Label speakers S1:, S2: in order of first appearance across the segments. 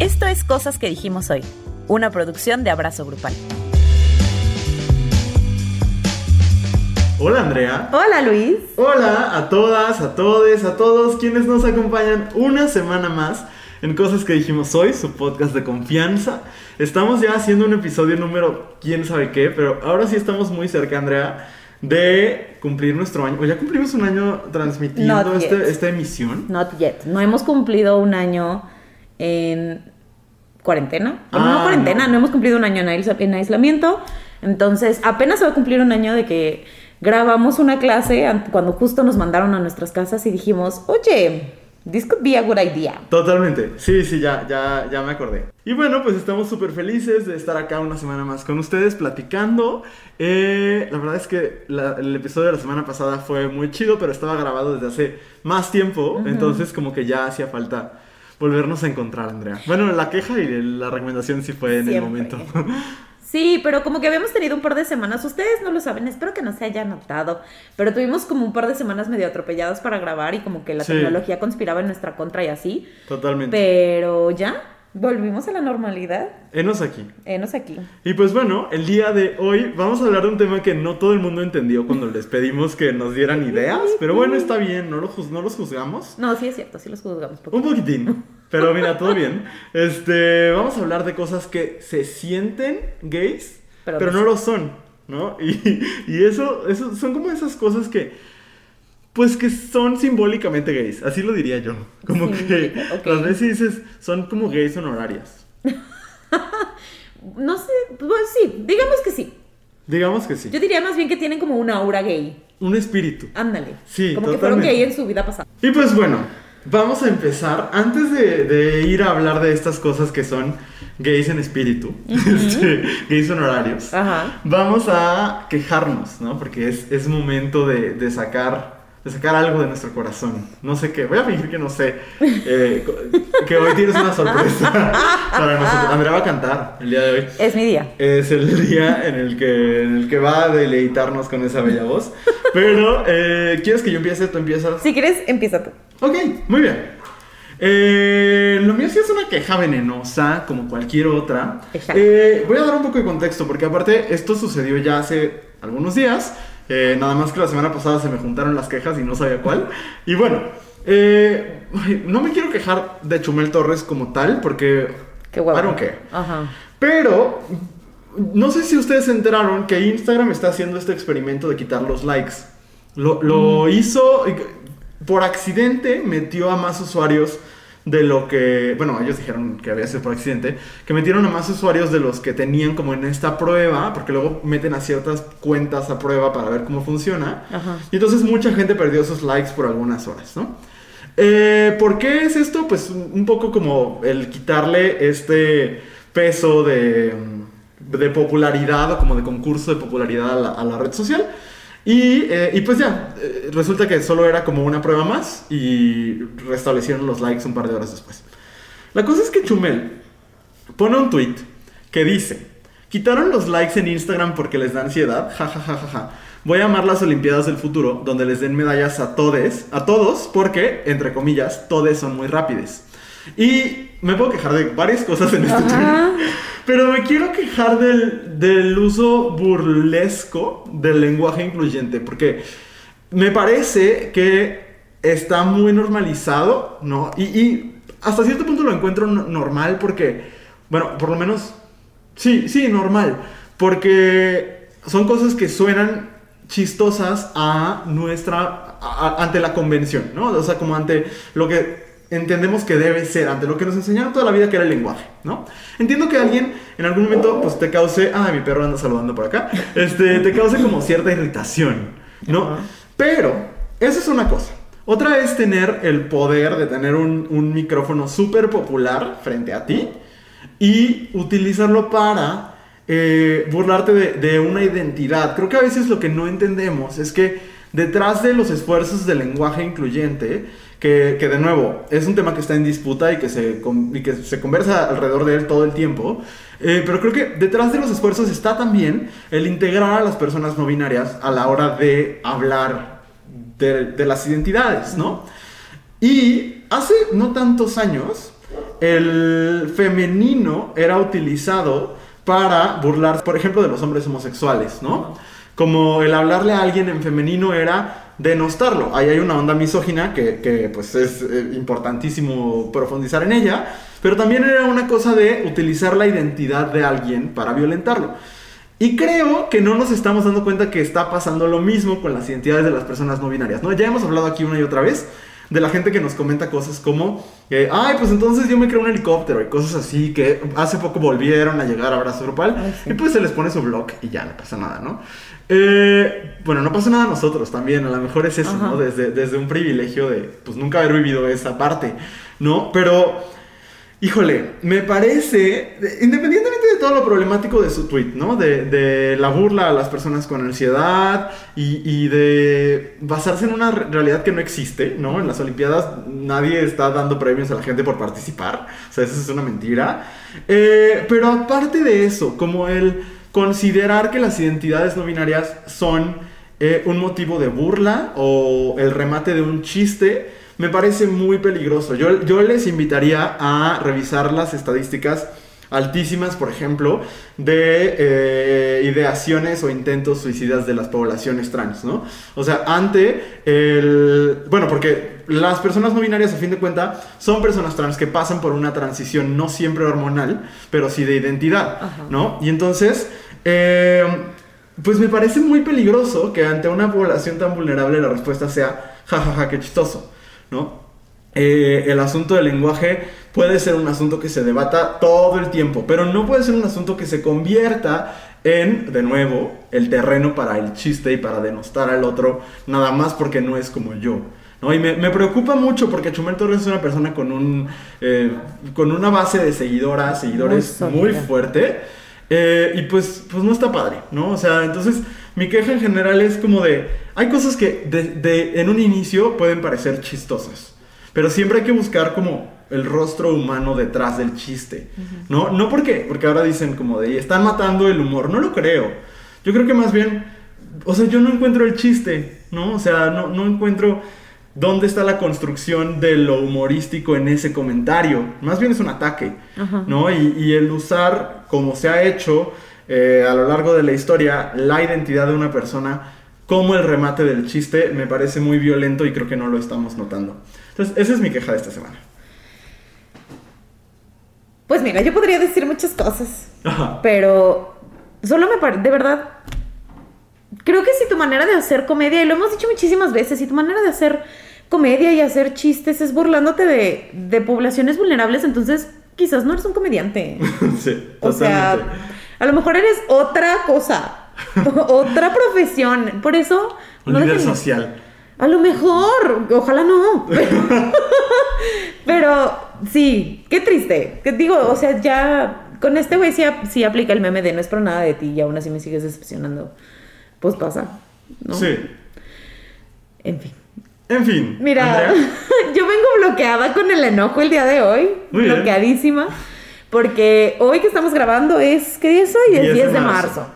S1: Esto es Cosas que dijimos hoy, una producción de Abrazo Grupal.
S2: Hola Andrea.
S1: Hola Luis.
S2: Hola a todas, a todes, a todos quienes nos acompañan una semana más en Cosas que dijimos hoy, su podcast de confianza. Estamos ya haciendo un episodio número quién sabe qué, pero ahora sí estamos muy cerca, Andrea, de cumplir nuestro año. O ya cumplimos un año transmitiendo
S1: Not yet.
S2: este- esta emisión.
S1: Not yet. No hemos cumplido un año en cuarentena. Bueno, no
S2: Ah,
S1: cuarentena, no.
S2: no.
S1: hemos cumplido un año en, ais- en aislamiento. Entonces, apenas se va a cumplir un año de que grabamos una clase an- cuando justo nos mandaron a nuestras casas y dijimos, oye, this could be a good idea.
S2: Totalmente, sí, sí, ya, ya, ya me acordé. Y bueno, pues estamos súper felices de estar acá una semana más con ustedes platicando. Eh, la verdad es que la- el episodio de la semana pasada fue muy chido, pero estaba grabado desde hace más tiempo, entonces como que ya hacía falta volvernos a encontrar, Andrea. Bueno, la queja y la recomendación sí fue en el
S1: Siempre.
S2: momento.
S1: Sí, pero como que habíamos tenido un par de semanas, ustedes no lo saben, espero que no se haya notado, pero tuvimos como un par de semanas medio atropelladas para grabar y como que la
S2: Sí.
S1: tecnología conspiraba en nuestra contra y así,
S2: Totalmente.
S1: pero ya volvimos a la normalidad,
S2: Enos aquí.
S1: enos aquí.
S2: Y pues bueno, el día de hoy vamos a hablar de un tema que no todo el mundo entendió cuando les pedimos que nos dieran ideas, pero bueno, está bien, no, lo juz- no los juzgamos.
S1: No, sí es cierto, sí los juzgamos. porque-
S2: Un poquitín, pero mira, todo bien. Este, vamos a hablar de cosas que se sienten gays,
S1: Pero
S2: pero,
S1: no
S2: no lo son, ¿no? Y, y eso, eso son como esas cosas que, pues que son simbólicamente gays, así lo diría yo. Como que
S1: Simbólica, ok.
S2: las veces dices, son como gays honorarias.
S1: No sé, pues sí, digamos que sí.
S2: Digamos que sí.
S1: Yo diría más bien que tienen como una aura gay.
S2: Un espíritu.
S1: Ándale.
S2: Sí,
S1: Como que fueron
S2: totalmente.
S1: gay en su vida pasada.
S2: Y pues bueno, vamos a empezar. Antes de, de ir a hablar de estas cosas que son gays en espíritu, este, gays honorarios,
S1: Ajá.
S2: vamos a quejarnos, ¿no? Porque es, es momento de, de sacar. De sacar algo de nuestro corazón. No sé qué. Voy a fingir que no sé. eh, co- que hoy tienes una sorpresa para nosotros. Andrea va a cantar el día de hoy.
S1: Es mi día.
S2: Es el día en el que, en el que va a deleitarnos con esa bella voz. Pero, eh, ¿quieres que yo empiece? ¿Tú empiezas?
S1: Si quieres, empieza tú.
S2: Ok, muy bien. Eh, lo mío sí es una queja venenosa, como cualquier otra.
S1: Exacto.
S2: Eh, voy a dar un poco de contexto, porque aparte esto sucedió ya hace algunos días. eh, nada más que la semana pasada se me juntaron las quejas y no sabía cuál. Y bueno, eh, ay, no me quiero quejar de Chumel Torres como tal, porque...
S1: Qué huevo.
S2: I don't care.
S1: Ajá.
S2: Pero no sé si ustedes se enteraron que Instagram está haciendo este experimento de quitar los likes. Lo, lo hizo y- por accidente, metió a más usuarios de lo que, bueno, ellos dijeron que había sido por accidente, que metieron a más usuarios de los que tenían como en esta prueba, porque luego meten a ciertas cuentas a prueba para ver cómo funciona.
S1: Ajá.
S2: Y entonces mucha gente perdió sus likes por algunas horas, ¿no? Eh, ¿Por qué es esto? Pues un un poco como el quitarle este peso de, mm, de popularidad o como de concurso de popularidad a la, a la red social. Y, eh, y pues ya, eh, resulta que solo era como una prueba más y restablecieron los likes un par de horas después. La cosa es que Chumel pone un tweet que dice: Quitaron los likes en Instagram porque les da ansiedad. Ja, ja, ja, ja, ja. Voy a amar las Olimpiadas del futuro, donde les den medallas a todes, a todos, porque, entre comillas, todes son muy rápidos. Y me puedo quejar de varias cosas en este
S1: Ajá.
S2: tweet, pero me quiero quejar del, del uso burlesco del lenguaje incluyente, porque me parece que está muy normalizado, ¿no? Y, y hasta cierto punto lo encuentro no- normal porque, bueno, por lo menos, sí, sí, normal, porque son cosas que suenan chistosas a nuestra, a- a- ante la convención, ¿no? O sea, como ante lo que entendemos que debe ser, ante lo que nos enseñaron toda la vida que era el lenguaje, ¿no? Entiendo que alguien en algún momento, pues te cause, ah, mi perro anda saludando por acá, este, te cause como cierta irritación, ¿no?
S1: Ajá.
S2: Pero, eso es una cosa. Otra es tener el poder de tener un, un micrófono súper popular frente a ti y utilizarlo para eh, burlarte de, de una identidad. Creo que a veces lo que no entendemos es que detrás de los esfuerzos del lenguaje incluyente, que, que de nuevo es un tema que está en disputa y que se, con- y que se conversa alrededor de él todo el tiempo, eh, pero creo que detrás de los esfuerzos está también el integrar a las personas no binarias a la hora de hablar de, de las identidades, ¿no? Y hace no tantos años, el femenino era utilizado para burlar, por ejemplo, de los hombres homosexuales, ¿no? Como el hablarle a alguien en femenino era denostarlo. Ahí hay una onda misógina que, que, pues es eh, importantísimo profundizar en ella, pero también era una cosa de utilizar la identidad de alguien para violentarlo. Y creo que no nos estamos dando cuenta que está pasando lo mismo con las identidades de las personas no binarias, ¿no? Ya hemos hablado aquí una y otra vez de la gente que nos comenta cosas como, eh, ay, pues entonces yo me creo un helicóptero y cosas así que hace poco volvieron a llegar a Brazo Grupal
S1: Ay, sí.
S2: y pues se les pone su blog y ya no pasa nada, ¿no? Eh, bueno, no pasa nada a nosotros también, a lo mejor es eso,
S1: Ajá.
S2: ¿no? Desde, desde un privilegio de, pues nunca haber vivido esa parte, ¿no? Pero... Híjole, me parece, independientemente de todo lo problemático de su tweet, ¿no? De, de la burla a las personas con ansiedad y, y de basarse en una re- realidad que no existe, ¿no? En las Olimpiadas nadie está dando premios a la gente por participar, o sea, eso es una mentira. Eh, pero aparte de eso, como el considerar que las identidades no binarias son eh, un motivo de burla o el remate de un chiste, me parece muy peligroso. Yo, yo les invitaría a revisar las estadísticas altísimas, por ejemplo, de eh, ideaciones o intentos suicidas de las poblaciones trans, ¿no? O sea, ante el... Bueno, porque las personas no binarias, a fin de cuenta, son personas trans que pasan por una transición no siempre hormonal, pero sí de identidad,
S1: Ajá.
S2: ¿no? Y entonces... eh, pues me parece muy peligroso que ante una población tan vulnerable la respuesta sea, jajaja, qué chistoso, ¿no? Eh, el asunto del lenguaje puede ser un asunto que se debata todo el tiempo, pero no puede ser un asunto que se convierta en, de nuevo, el terreno para el chiste y para denostar al otro, nada más porque no es como yo. ¿no? Y me, me preocupa mucho porque Chumel Torres es una persona con, un, eh, con una base de seguidoras, seguidores
S1: Muy
S2: muy
S1: sólida.
S2: fuerte. eh, y pues, pues no está padre, ¿no? O sea, entonces mi queja en general es como de, hay cosas que de- de- en un inicio pueden parecer chistosas, pero siempre hay que buscar como el rostro humano detrás del chiste, ¿no? No porque, porque ahora dicen como de, "Y están matando el humor, no lo creo. Yo creo que más bien, o sea, yo no encuentro el chiste, ¿no? O sea, no, no encuentro dónde está la construcción de lo humorístico en ese comentario. Más bien es un ataque,
S1: Ajá.
S2: ¿no? Y, y el usar, como se ha hecho eh, a lo largo de la historia, la identidad de una persona como el remate del chiste, me parece muy violento y creo que no lo estamos notando. Entonces, esa es mi queja de esta semana.
S1: Pues mira, yo podría decir muchas cosas,
S2: Ajá.
S1: pero solo me parece, de verdad, creo que si tu manera de hacer comedia, y lo hemos dicho muchísimas veces, si tu manera de hacer comedia y hacer chistes es burlándote de, de poblaciones vulnerables, entonces quizás no eres un comediante.
S2: sí, totalmente.
S1: O sea, a lo mejor eres otra cosa, otra profesión. Por eso...
S2: un
S1: no
S2: líder
S1: dejen-
S2: social.
S1: a lo mejor, ojalá no. Pero, pero sí, qué triste. Que digo, o sea, ya con este güey sí, ap- sí aplica el meme de no espero nada de ti y aún así me sigues decepcionando. Pues pasa, ¿no?
S2: Sí.
S1: En fin.
S2: En fin.
S1: Mira,
S2: Andrea.
S1: yo vengo bloqueada con el enojo el día de hoy.
S2: Muy bien.
S1: bloqueadísima. Porque hoy que estamos grabando es. ¿Qué día es hoy? Es 10, de marzo.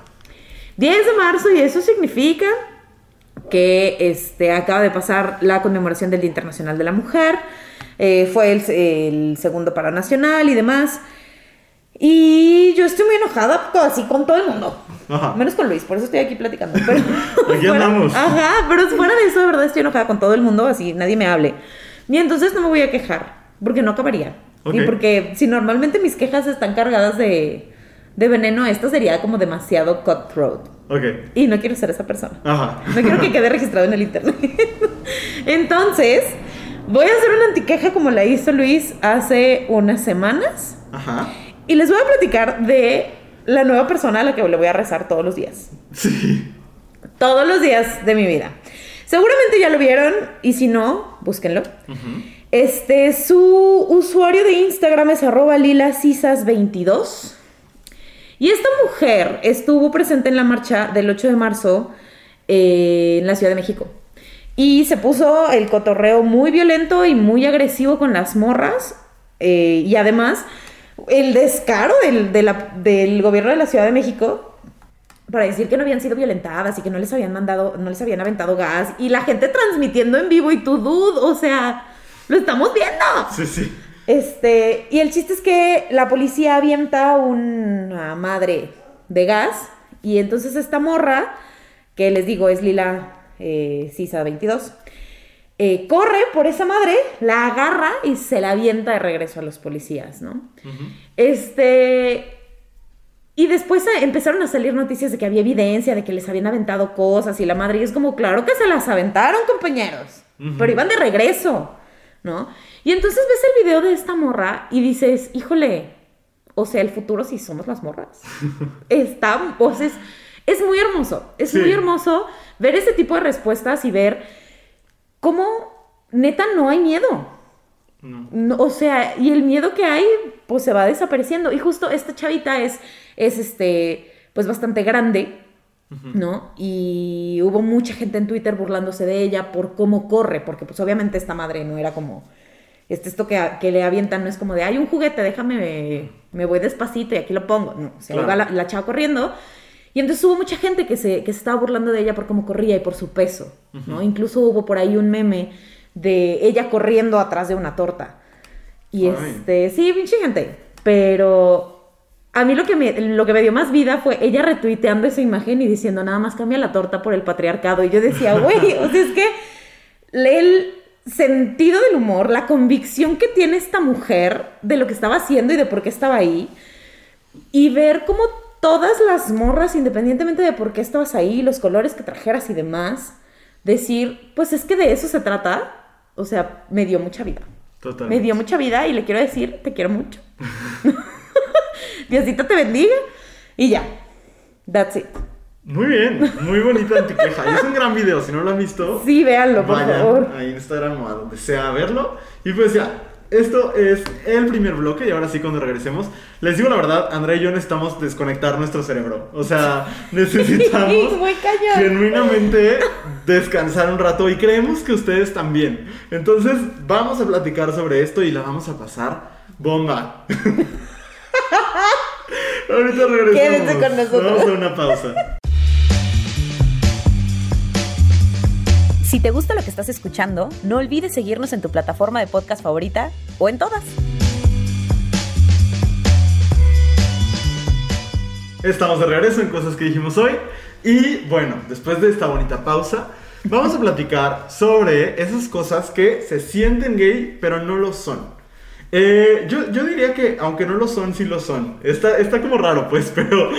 S1: 10 de marzo, y eso significa que este, acaba de pasar la conmemoración del Día Internacional de la Mujer. eh, fue el, el segundo para nacional y demás. Y yo estoy muy enojada con- así con todo el mundo.
S2: Ajá.
S1: Menos con Luis, por eso estoy aquí platicando. Pero
S2: Aquí
S1: fuera-
S2: andamos.
S1: Ajá, Ah, pero fuera de eso, de verdad estoy enojada con todo el mundo, así nadie me hable. Y entonces no me voy a quejar, porque no acabaría.
S2: Ok.
S1: Y porque si normalmente mis quejas están cargadas de, de veneno, esta sería como demasiado cutthroat.
S2: Ok.
S1: Y no quiero ser esa persona.
S2: Ajá.
S1: No quiero que quede registrado en el internet. Entonces, voy a hacer una antiqueja como la hizo Luis hace unas semanas.
S2: Ajá.
S1: Y les voy a platicar de la nueva persona a la que le voy a rezar todos los días.
S2: Sí.
S1: Todos los días de mi vida. Seguramente ya lo vieron y si no, búsquenlo.
S2: Ujú.
S1: Este, su usuario de Instagram es arroba lilacisas22. Y esta mujer estuvo presente en la marcha del 8 de marzo eh, en la Ciudad de México. Y se puso el cotorreo muy violento y muy agresivo con las morras. eh, y además, el descaro del, de la- del gobierno de la Ciudad de México para decir que no habían sido violentadas y que no les habían mandado, no les habían aventado gas. Y la gente transmitiendo en vivo y tú, dude, o sea, lo estamos viendo.
S2: Sí, sí.
S1: Este, y el chiste es que la policía avienta una madre de gas y entonces esta morra, que les digo es Lila eh, Sisa 22, eh, corre por esa madre, la agarra y se la avienta de regreso a los policías, ¿no?
S2: Ujú.
S1: Este. Y después eh, empezaron a salir noticias de que había evidencia de que les habían aventado cosas y la madre. Y es como, claro que se las aventaron, compañeros.
S2: Ujú.
S1: Pero iban de regreso, ¿no? Y entonces ves el video de esta morra y dices, híjole, o sea, el futuro si somos las morras. Está, o sea, es, es muy hermoso. Es
S2: Sí.
S1: muy hermoso ver ese tipo de respuestas y ver cómo neta no hay miedo.
S2: No.
S1: No, o sea, y el miedo que hay, pues se va desapareciendo. Y justo esta chavita es, es este, pues bastante grande, ¿no? Y hubo mucha gente en Twitter burlándose de ella por cómo corre, porque pues obviamente esta madre no era como, este, esto que, que le avientan no es como de, hay un juguete, déjame, me, voy despacito y aquí lo pongo. No, o sea,
S2: Claro.
S1: iba la, la chava corriendo. Y entonces hubo mucha gente que se, que se estaba burlando de ella por cómo corría y por su peso, ¿no? Incluso hubo por ahí un meme de ella corriendo atrás de una torta. Y
S2: Ay.
S1: este, sí, pinche gente. Pero a mí lo que, me, lo que me dio más vida fue ella retuiteando esa imagen y diciendo nada más cambia la torta por el patriarcado. Y yo decía, güey, o sea, es que el sentido del humor, la convicción que tiene esta mujer de lo que estaba haciendo y de por qué estaba ahí, y ver cómo todas las morras, independientemente de por qué estabas ahí, los colores que trajeras y demás, decir, pues es que de eso se trata, o sea, me dio mucha vida.
S2: Totalmente.
S1: Me dio mucha vida y le quiero decir, te quiero mucho. Diosito te bendiga. Y ya. That's it.
S2: Muy bien, muy bonita antiqueja. Y es un gran video, si no lo han visto.
S1: Sí, véanlo, por
S2: vayan
S1: favor.
S2: a Instagram o a donde sea a verlo. Y pues ya, esto es el primer bloque y ahora sí cuando regresemos, les digo la verdad, Andrea y yo necesitamos desconectar nuestro cerebro. O sea, necesitamos
S1: Muy cañón.
S2: genuinamente descansar un rato y creemos que ustedes también. Entonces vamos a platicar sobre esto y la vamos a pasar bomba. Ahorita regresamos.
S1: Quédense con nosotros.
S2: Vamos a una pausa.
S3: Si te gusta lo que estás escuchando, no olvides seguirnos en tu plataforma de podcast favorita o en todas.
S2: Estamos de regreso en cosas que dijimos hoy. Y bueno, después de esta bonita pausa, vamos a platicar sobre esas cosas que se sienten gay, pero no lo son. Eh, yo, yo diría que, aunque no lo son, sí lo son. Está, está como raro, pues, pero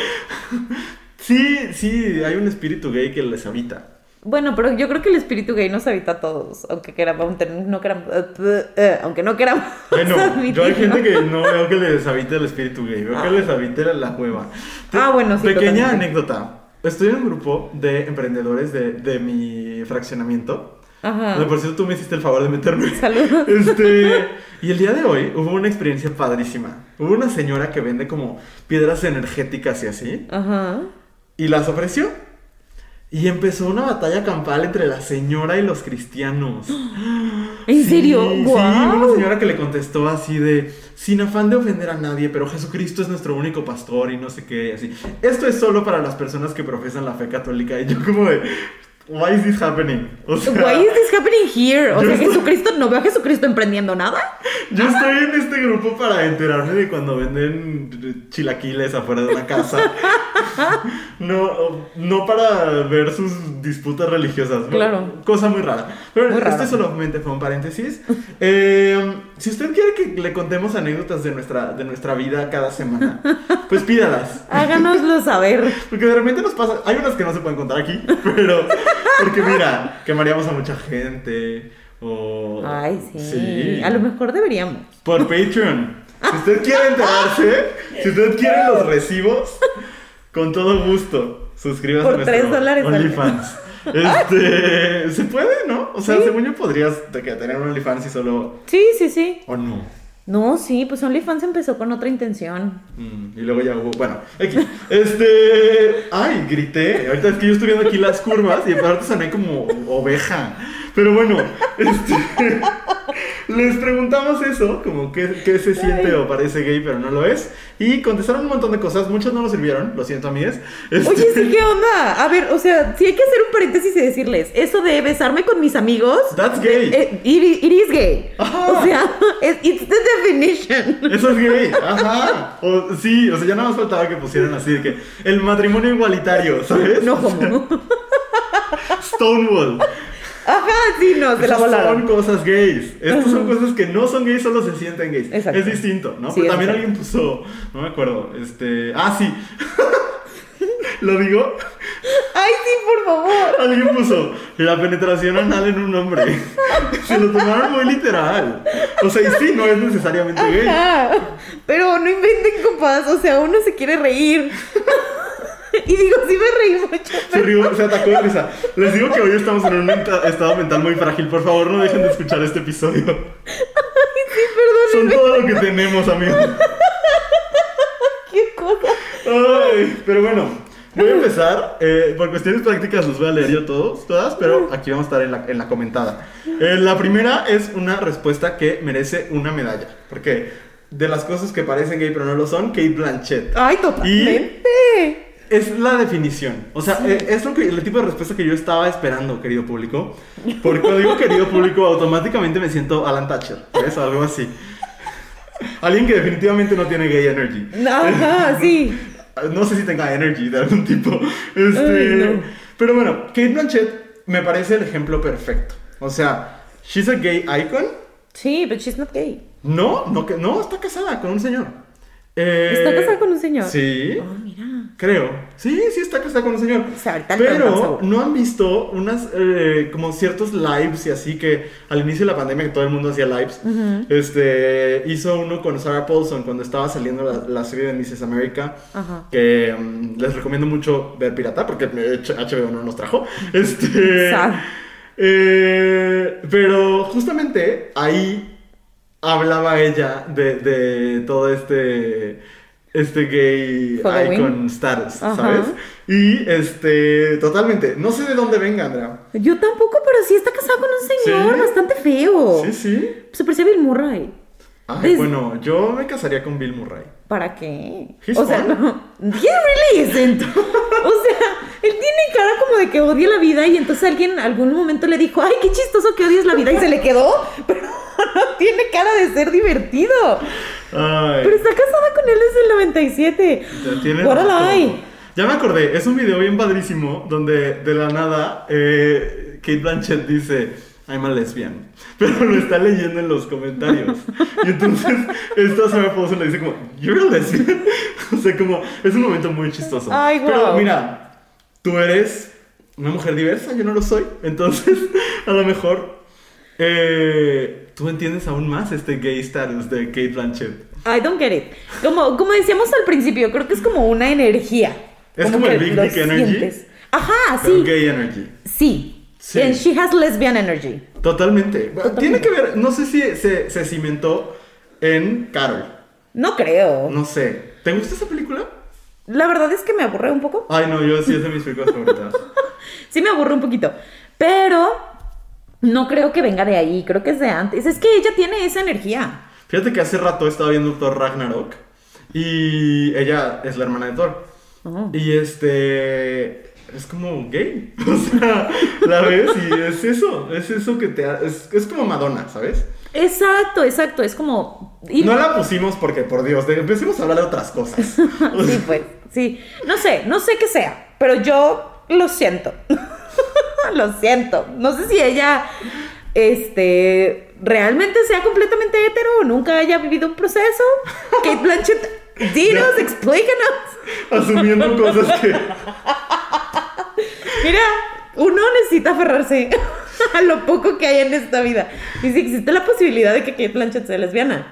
S2: sí, sí, hay un espíritu gay que les habita.
S1: Bueno, pero yo creo que el espíritu gay nos habita a todos, aunque queramos, aunque no queramos, eh, eh, eh, aunque no queramos
S2: Bueno, yo hay
S1: admitirlo.
S2: gente que no veo que les habite el espíritu gay, veo que
S1: Ah.
S2: les habite la- la cueva.
S1: Ah, bueno, sí,
S2: Pequeña
S1: totalmente.
S2: anécdota. Estoy en un grupo de emprendedores de, de mi fraccionamiento. De
S1: Ajá.
S2: por cierto, tú me hiciste el favor de meterme.
S1: Ah. Saludos.
S2: Este, y el día de hoy hubo una experiencia padrísima. Hubo una señora que vende como piedras energéticas y así,
S1: Ajá.
S2: y las ofreció. Y empezó una batalla campal entre la señora y los cristianos.
S1: ¿En
S2: Sí,
S1: serio?
S2: Sí,
S1: ¡Guau!
S2: una señora que le contestó así de, sin afán de ofender a nadie, pero Jesucristo es nuestro único pastor y no sé qué, y así. Esto es solo para las personas que profesan la fe católica. Y yo como de, why is this happening? O sea,
S1: Why is this happening here? O
S2: Yo
S1: sea,
S2: estoy-
S1: Jesucristo, no veo a Jesucristo emprendiendo nada.
S2: Yo estoy en este grupo para enterarme de cuando venden chilaquiles afuera de una casa. No, no para ver sus disputas religiosas.
S1: Claro.
S2: Cosa muy rara. Pero
S1: Muy rara.
S2: este solamente fue un paréntesis. Eh, si usted quiere que le contemos anécdotas de nuestra, de nuestra vida cada semana, pues pídalas.
S1: Háganoslo saber.
S2: Porque de repente nos pasa, hay unas que no se pueden contar aquí, pero porque mira, quemaríamos a mucha gente o
S1: Ay, sí. A lo mejor deberíamos.
S2: por Patreon. Si usted quiere enterarse, si usted quiere los recibos, con todo gusto, suscríbase
S1: Por
S2: a nuestro
S1: tres dólares al mes.
S2: OnlyFans. Este, se puede, ¿no? O sea, según yo podrías de que tener un OnlyFans y solo
S1: Sí, sí, sí.
S2: o no.
S1: No, sí, pues OnlyFans empezó con otra intención.
S2: Mm, Y luego ya hubo, bueno, aquí. Este, ay, grité. Ahorita es que yo estoy viendo aquí las curvas y aparte soné como oveja. Pero bueno, este, Les preguntamos eso, como qué, qué se siente o parece gay, pero no lo es. Y contestaron un montón de cosas, muchas no nos sirvieron, lo siento, amigues. Este,
S1: Oye, sí, ¿qué onda? A ver, o sea, sí hay que hacer un paréntesis y decirles, eso de besarme con mis amigos...
S2: That's gay.
S1: eh, it, i- it is gay.
S2: Ajá.
S1: O sea, es- it's the definition.
S2: Eso es gay, ajá. O, sí, o sea, ya nada más faltaba que pusieran así de que el matrimonio igualitario, ¿sabes?
S1: No como.
S2: Stonewall.
S1: Ajá, sí, no, se la
S2: Estas son
S1: volaron.
S2: cosas gays. Estas son cosas que no son gays, solo se sienten gays.
S1: Exacto.
S2: Es distinto, ¿no?
S1: Sí,
S2: Pero también
S1: exacto.
S2: alguien puso, no me acuerdo, este. Ah, sí. Lo digo,
S1: Ay, sí, por favor.
S2: alguien puso la penetración anal en un hombre. Se lo tomaron muy literal. O sea, y sí, no es necesariamente gay.
S1: Ajá. Pero no inventen compas, o sea, uno se quiere reír. Y digo, sí me reí mucho.
S2: Se, rió, se atacó de risa. Les digo que hoy estamos en un menta- estado mental muy frágil. Por favor, no dejen de escuchar este episodio.
S1: Sí,
S2: Son
S1: perdónenme,
S2: todo lo que tenemos, amigos.
S1: qué cosa.
S2: Ay, pero bueno, voy a empezar. eh, por cuestiones prácticas los voy a leer yo todos, todas, pero aquí vamos a estar en la, en la comentada. Eh, la primera es una respuesta que merece una medalla. Porque de las cosas que parecen gay pero no lo son, Kate Blanchett.
S1: Ay, totalmente.
S2: Es la definición. O sea, eh, es lo que, el tipo de respuesta que yo estaba esperando, querido público. Porque cuando digo querido público, automáticamente me siento Alan Thatcher. ¿Ves? O algo así. Alguien que definitivamente no tiene gay energy.
S1: Ajá, sí.
S2: No sé si tenga energy de algún tipo. Este,
S1: Ay, no.
S2: Pero bueno, Kate Blanchett me parece el ejemplo perfecto. O sea, she's a gay icon.
S1: Sí, but she's not gay.
S2: No, no, que- no está casada con un señor. Eh,
S1: ¿Está casada con un señor?
S2: Sí,
S1: Ah, mira.
S2: creo. Sí, sí está casada con un señor.
S1: O sea, ahorita le preguntamos
S2: Pero
S1: seguro.
S2: no han visto unas eh, como ciertos lives y así que al inicio de la pandemia que todo el mundo hacía lives. Este hizo uno con Sarah Paulson cuando estaba saliendo la, la serie de Mrs. America.
S1: Ajá.
S2: Que mm, les recomiendo mucho ver pirata porque eh, HBO no nos trajo. Este.
S1: Sad.
S2: eh, pero justamente ahí hablaba ella de, de todo este. Este gay
S1: Following.
S2: icon status,
S1: Ajá.
S2: ¿sabes? Y este, totalmente, no sé de dónde venga, Andrea.
S1: Yo tampoco, pero sí está casada con un señor
S2: ¿Sí?
S1: bastante feo.
S2: Sí, sí.
S1: Se parece a Bill Murray.
S2: Ay,
S1: Es-
S2: bueno, yo me casaría con Bill Murray.
S1: ¿Para qué?
S2: He's
S1: o sea,
S2: fun.
S1: no. He really isn't. O sea, él tiene cara como de que odia la vida y entonces alguien en algún momento le dijo, ay, qué chistoso que odias la vida y se le quedó, pero no tiene cara de ser divertido.
S2: Ay,
S1: Pero está casada con él desde el 97.
S2: ya tiene
S1: What a
S2: rato.
S1: lie.
S2: Ya me acordé, es un video bien padrísimo donde de la nada eh, Kate Blanchett dice, I'm a lesbian, pero lo está leyendo en los comentarios. Y entonces esta Sarah Paulson le dice como, You're a lesbian. O sea, como, es un momento muy chistoso.
S1: Ay, guau.
S2: Pero mira, tú eres una mujer diversa, yo no lo soy. Entonces, a lo mejor eh, tú entiendes aún más este gay status de Kate Blanchett.
S1: I don't get it. Como, como decíamos al principio, creo que es como una energía.
S2: Es como el Big
S1: lo
S2: Dick Energy.
S1: Ajá,
S2: Pero
S1: sí.
S2: gay energy.
S1: Sí.
S2: Sí.
S1: And she has lesbian energy.
S2: Totalmente. Tiene que ver, no sé si se, se cimentó en Carol.
S1: No creo.
S2: No sé. ¿Te gusta esa película?
S1: La verdad es que me aburre un poco.
S2: Ay, no, yo sí es de mis películas favoritas.
S1: Sí me aburre un poquito. Pero no creo que venga de ahí. Creo que es de antes. Es que ella tiene esa energía.
S2: Fíjate que hace rato estaba viendo Thor Ragnarok y ella es la hermana de Thor.
S1: Oh.
S2: Y este es como gay. O sea, la ves y es eso, es eso que te ha- es, es como Madonna, ¿sabes?
S1: Exacto, exacto. Es como. y-
S2: No la pusimos porque por Dios, de- empecemos a hablar de otras cosas. O sea,
S1: Sí, pues. Sí. No sé, no sé qué sea. Pero yo lo siento. lo siento. No sé si ella. Este. Realmente sea completamente hetero o nunca haya vivido un proceso. Kate Blanchett, dinos, explícanos.
S2: Asumiendo cosas que
S1: Mira, uno necesita aferrarse a lo poco que hay en esta vida. Y si existe la posibilidad de que Kate Blanchett sea lesbiana,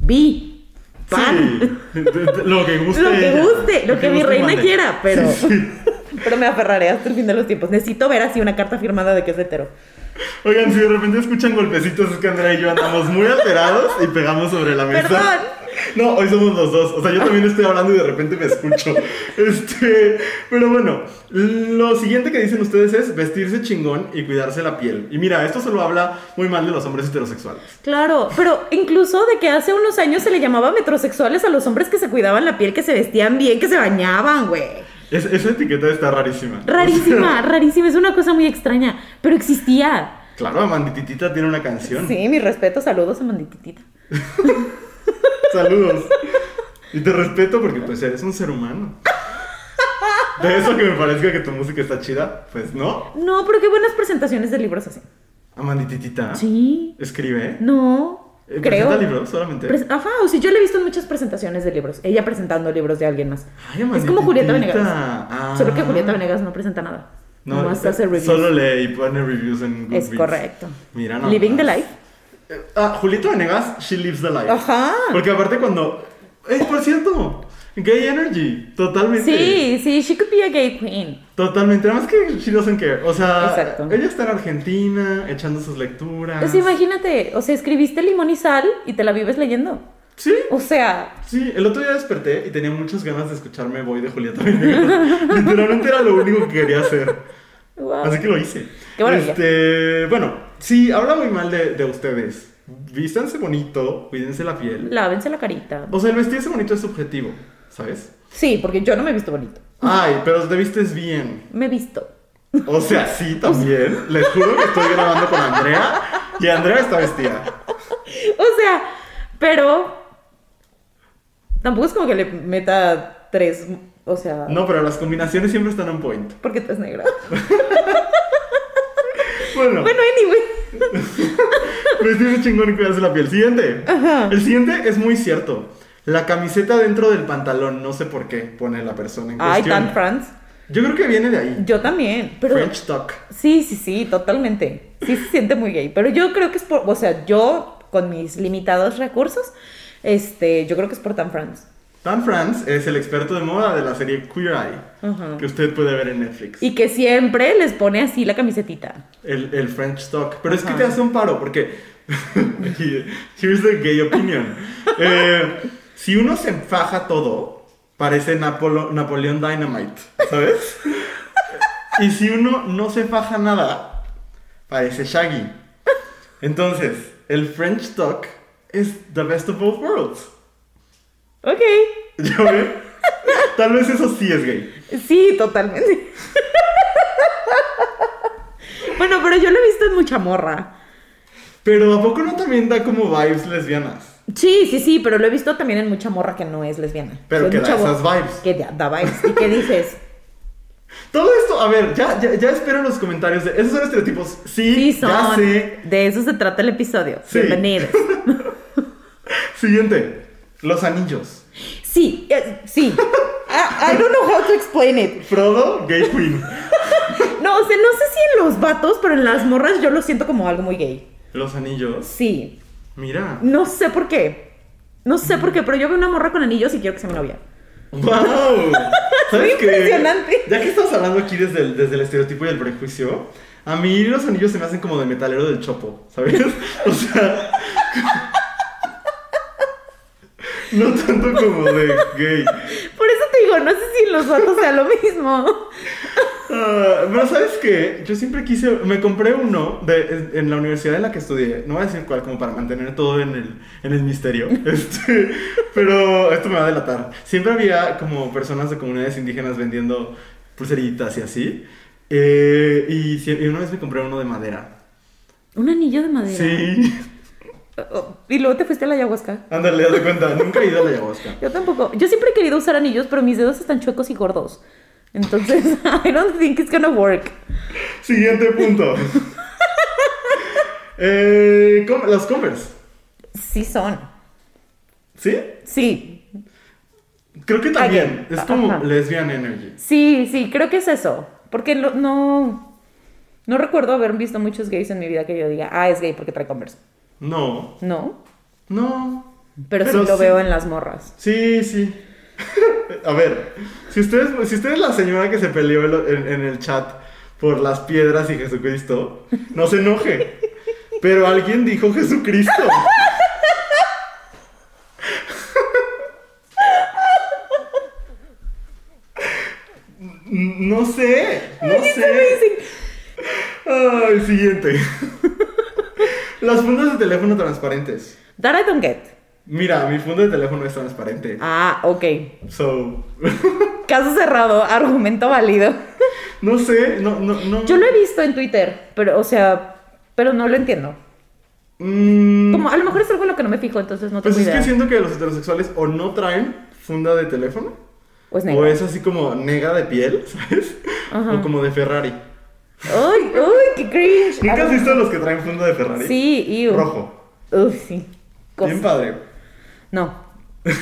S1: vi, pan,
S2: Sí, de- de- lo que guste.
S1: lo que
S2: ella.
S1: guste, lo que mi
S2: guste
S1: reina
S2: mande.
S1: quiera, pero,
S2: Sí, sí.
S1: pero me aferraré hasta el fin de los tiempos. Necesito ver así una carta firmada de que es hetero.
S2: Oigan, si de repente escuchan golpecitos, es que Andrea y yo andamos muy alterados y pegamos sobre la mesa.
S1: Perdón,
S2: No, hoy somos los dos. O sea, yo también estoy hablando y de repente me escucho. Este, pero bueno, lo siguiente que dicen ustedes es vestirse chingón y cuidarse la piel. Y mira, esto solo habla muy mal de los hombres heterosexuales.
S1: Claro, pero incluso de que hace unos años se le llamaba metrosexuales a los hombres que se cuidaban la piel, que se vestían bien, que se bañaban, güey.
S2: Es- esa etiqueta está rarísima.
S1: Rarísima, rarísima, es una cosa muy extraña, pero existía.
S2: Claro, Amandititita tiene una canción.
S1: Sí, mi respeto, saludos a Mandititita.
S2: Saludos. Y te respeto porque pues eres un ser humano. De eso que me parezca que tu música está chida, pues no.
S1: No, pero qué buenas presentaciones de libros hacen.
S2: Amandititita.
S1: Sí.
S2: Escribe.
S1: No,
S2: Eh,
S1: creo.
S2: ¿Presenta libros solamente?
S1: Pres- Ajá, o sea, yo le he visto en muchas presentaciones de libros, ella presentando libros de alguien más.
S2: Ay, Amandititita.
S1: es como Julieta Venegas.
S2: Ah.
S1: Solo que Julieta Venegas no presenta nada. No,
S2: No, eh,
S1: Nomás hace reviews.
S2: solo lee y pone reviews en Goodreads.
S1: Es correcto.
S2: Mira, no.
S1: Living the
S2: más.
S1: life.
S2: Eh, Ah, Julieta Venegas, she lives the life.
S1: Ajá.
S2: Porque aparte cuando... Eh, por cierto, gay energy, totalmente.
S1: Sí, sí, she could be a gay queen.
S2: Totalmente, nada más que she doesn't care. O sea,
S1: Exacto.
S2: ella está en Argentina echando sus lecturas.
S1: O sea, imagínate, o sea, escribiste Limón y Sal y te la vives leyendo.
S2: Sí,
S1: O sea,
S2: sí. El otro día desperté y tenía muchas ganas de escucharme Voy de Julieta Venegas. Literalmente era lo único que quería hacer.
S1: wow.
S2: Así que lo hice.
S1: Qué maravilla.
S2: Este, bueno, sí, habla muy mal de, de ustedes. Vístanse bonito, cuídense la piel.
S1: Lávense la carita.
S2: O sea, el vestirse bonito es subjetivo, ¿sabes?
S1: Sí, porque yo no me he visto bonito.
S2: Ay, pero te vistes bien.
S1: Me he visto.
S2: O sea, sí, también. Les juro que estoy grabando con Andrea y Andrea está vestida.
S1: O sea, pero tampoco es como que le meta tres, o sea,
S2: No, pero las combinaciones siempre están on point.
S1: porque estás negra.
S2: Bueno,
S1: Bueno, anyway.
S2: vestirse chingón y cuidarse la piel. Siguiente. El siguiente es muy cierto. La camiseta dentro del pantalón, no sé por qué pone la persona en
S1: Ay,
S2: cuestión.
S1: tan Franz.
S2: Yo creo que viene de ahí.
S1: Yo también, pero
S2: French talk.
S1: sí, sí, sí, totalmente. Sí se siente muy gay, pero yo creo que es por, o sea, yo con mis limitados recursos, este, yo creo que es por tan Franz.
S2: Dan Franz es el experto de moda de la serie Queer Eye,
S1: Ajá.
S2: que usted puede ver en Netflix.
S1: Y que siempre les pone así la camisetita.
S2: El, el French talk. Pero es que
S1: Ajá.
S2: te hace un paro, porque. Here's the gay opinion. Eh, si uno se enfaja todo, parece Napolo- Napoleón Dynamite, ¿sabes? y si uno no se faja nada, parece Shaggy. Entonces, el French talk es the best of both worlds.
S1: Ok.
S2: ¿Ya ven? Tal vez eso sí es gay.
S1: Sí, totalmente. bueno, pero yo lo he visto en mucha morra.
S2: Pero ¿a poco no también da como vibes lesbianas?
S1: Sí, sí, sí, pero lo he visto también en mucha morra que no es lesbiana.
S2: Pero
S1: O sea,
S2: que da
S1: mucha
S2: esas
S1: bo-
S2: vibes.
S1: Que da, da vibes. ¿Y qué dices?
S2: Todo esto, a ver, ya, ya, ya espero los comentarios de. Esos son estereotipos. Sí,
S1: Sí,
S2: ya
S1: son.
S2: sé.
S1: De eso se trata el episodio.
S2: Sí.
S1: Bienvenidos.
S2: Siguiente. Los anillos.
S1: Sí, eh, sí. Ah, I, I don't know how to explain it.
S2: Frodo, gay queen.
S1: No, o sea, no sé si en los vatos, pero en las morras yo lo siento como algo muy gay.
S2: Los anillos.
S1: Sí.
S2: Mira.
S1: No sé por qué. No sé por qué, pero yo veo una morra con anillos y quiero que sea mi novia.
S2: ¡Wow! ¿Sabes qué?
S1: impresionante.
S2: Ya que estamos hablando aquí desde el, desde el estereotipo y el prejuicio, a mí los anillos se me hacen como de metalero del chopo, ¿sabes? O sea. No tanto como de gay.
S1: Por eso te digo, no sé si en los vatos sea lo mismo.
S2: Ah, pero sabes qué, yo siempre quise, me compré uno de, en la universidad en la que estudié, no voy a decir cuál como para mantener todo en el, en el misterio, este, pero esto me va a delatar. Siempre había como personas de comunidades indígenas vendiendo pulseritas y así, eh, y, sie- y una vez me compré uno de madera.
S1: Un anillo de madera.
S2: Sí,
S1: Oh, Y luego te fuiste a la ayahuasca.
S2: ándale, haz de cuenta, nunca he ido a la ayahuasca.
S1: Yo tampoco. Yo siempre he querido usar anillos, pero mis dedos están chuecos y gordos. Entonces, I don't think it's gonna work.
S2: Siguiente punto. Eh, com- los Converse,
S1: Sí son.
S2: ¿sí?
S1: Sí.
S2: Creo que
S1: Again.
S2: también, es como
S1: Ajá.
S2: lesbian energy.
S1: Sí, sí, creo que es eso. Porque lo- no. No recuerdo haber visto muchos gays en mi vida que yo diga, ah, es gay porque trae converse.
S2: No,
S1: No.
S2: no.
S1: Pero, sí lo veo en las morras.
S2: Sí, sí. A ver, si usted, es, si usted es la señora que se peleó en, en- en el chat por las piedras y Jesucristo, no se enoje. Pero alguien dijo Jesucristo. No sé, no sé. Ay, siguiente. Las fundas de teléfono transparentes.
S1: That I don't get.
S2: Mira, mi funda de teléfono es transparente.
S1: Ah, ok.
S2: So,
S1: Caso cerrado, argumento válido.
S2: no sé, no, no, no.
S1: Yo lo he visto en Twitter, pero, o sea, pero no lo entiendo.
S2: Mm,
S1: Como, a lo mejor es algo en lo que no me fijo, entonces no
S2: pues
S1: tengo
S2: es
S1: idea.
S2: que siento que los heterosexuales o no traen funda de teléfono,
S1: O es
S2: o
S1: negro.
S2: es así como nega de piel, ¿sabes?
S1: Ajá.
S2: O como de Ferrari. pues-
S1: Ay, ay, qué cringe.
S2: ¿Nunca has
S1: Ay,
S2: visto a los que traen funda de Ferrari?
S1: Sí, y
S2: Rojo.
S1: sí.
S2: Bien
S1: Cosa.
S2: padre.
S1: No.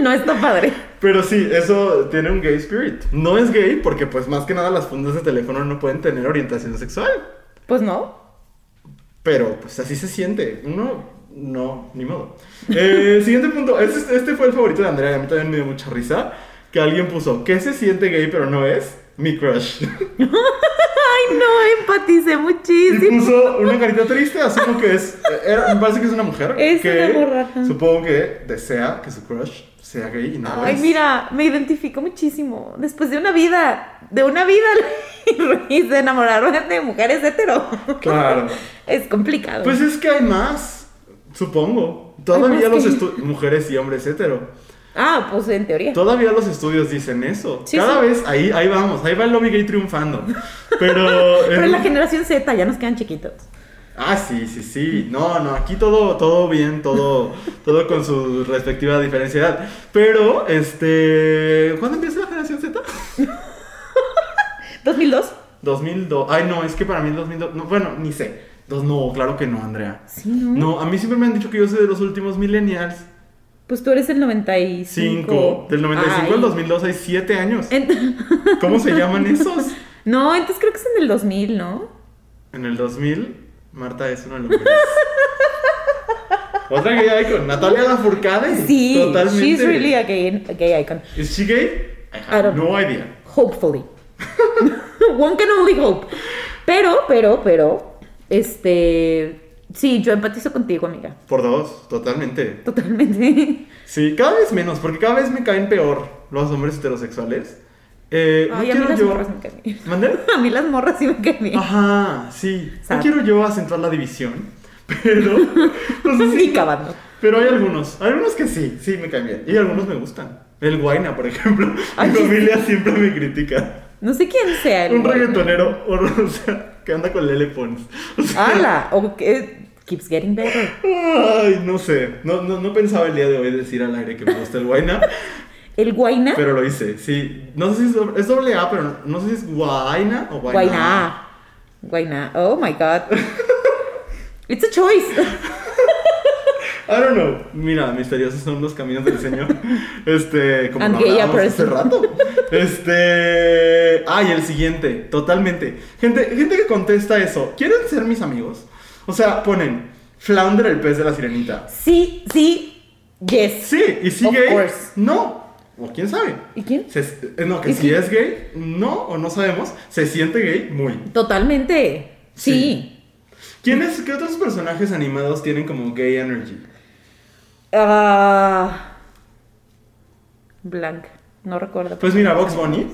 S1: no está padre.
S2: Pero sí, eso tiene un gay spirit. No es gay porque pues más que nada las fundas de teléfono no pueden tener orientación sexual.
S1: Pues no.
S2: Pero pues así se siente. Uno, no, ni modo. Eh, siguiente punto. Este, este fue el favorito de Andrea. y A mí también me dio mucha risa. Que alguien puso, ¿qué se siente gay pero no es? Mi crush.
S1: Ay, no, empaticé
S2: Y pues,
S1: muchísimo.
S2: puso una carita triste, asumo que es... era- me parece que es una mujer.
S1: Es
S2: que
S1: una morra, ajá.
S2: Supongo que desea que su crush sea gay y no lo
S1: Ay,
S2: es.
S1: mira, me identifico muchísimo. Después de una vida, de una vida, Luis, de enamorarme de mujeres hetero.
S2: Claro.
S1: Es complicado.
S2: Pues es que hay más, supongo. Todavía
S1: Hay más
S2: los
S1: que-
S2: estu- mujeres y hombres hetero.
S1: ah, pues en teoría.
S2: Todavía los estudios dicen eso.
S1: Sí,
S2: Cada
S1: sí.
S2: vez ahí, ahí vamos, ahí va el lobby gay triunfando. Pero.
S1: Pero
S2: eh,
S1: en la generación Z ya nos quedan chiquitos.
S2: Ah, sí, sí, sí. No, no, aquí todo, todo bien, todo, todo con su respectiva diferencia de edad. Pero, este. ¿Cuándo empieza la generación Z?
S1: 2002.
S2: 2002. Ay, no, es que para mí el 2002. No, bueno, ni sé. Dos, no, claro que no, Andrea.
S1: Sí, ¿no?
S2: No, a mí siempre me han dicho que yo soy de los últimos millennials.
S1: Pues tú eres el 95.
S2: 5. Del 95
S1: Ay.
S2: al 2002 hay 7 años.
S1: Ent-
S2: ¿Cómo se llaman esos?
S1: no, entonces creo que es en el 2000, ¿no?
S2: En el 2000, Marta es una de los mejores. Otra que ya hay con Natalia Lafourcade.
S1: Sí,
S2: totalmente.
S1: she's really a gay, a gay icon.
S2: ¿Es she gay? I have
S1: I don't
S2: no idea.
S1: Hopefully. One can only hope. Pero, pero, pero, este, sí, yo empatizo contigo, amiga.
S2: Por dos, totalmente.
S1: Totalmente.
S2: Sí, cada vez menos, porque cada vez me caen peor los hombres heterosexuales. Eh,
S1: Ay, a mí
S2: no
S1: las
S2: quiero
S1: morras
S2: yo. Ah,
S1: me caen bien.
S2: ¿Mandé?
S1: A mí las morras sí me caen bien.
S2: Ajá, sí.
S1: Sad.
S2: No quiero yo acentuar la división, pero. no sé si-
S1: Ni cavando.
S2: Pero hay algunos, hay algunos que sí, sí me caen bien. Y algunos me gustan. El Guaina, por ejemplo.
S1: Ay,
S2: Mi
S1: sí.
S2: familia siempre me critica.
S1: No sé quién sea el
S2: Un
S1: güey.
S2: reggaetonero, o sea, que anda con Lele Pons. O sea,
S1: Ala, o que eh, keeps getting better. Ah,
S2: Ay, no sé. No, no, no pensaba el día de hoy decir al aire que me gusta el Guaina,
S1: El guayna.
S2: pero lo hice. Sí, no sé si es doble, es doble A, pero no, no sé si es Guaina o Guaina.
S1: Guayna. Guayna. Oh my god. It's a choice.
S2: I don't know. Mira, misteriosos son los caminos del Señor. Este, como
S1: And
S2: lo
S1: gay
S2: hablábamos hace
S1: person.
S2: rato. Este. Ay, el siguiente. Totalmente. Gente, gente que contesta eso. ¿Quieren ser mis amigos? O sea, ponen Flounder el pez de la sirenita.
S1: Sí, sí, yes.
S2: Sí, y si
S1: Of
S2: gay.
S1: course.
S2: No. O quién sabe.
S1: ¿Y quién?
S2: Se- eh, no, que
S1: ¿Y
S2: si
S1: quién?
S2: es gay, no, o no sabemos, se siente gay muy.
S1: Totalmente. Sí.
S2: ¿Quiénes, qué otros personajes animados tienen como gay energy?
S1: Ah. blank. No recuerdo.
S2: Pues mira, Box Bunny.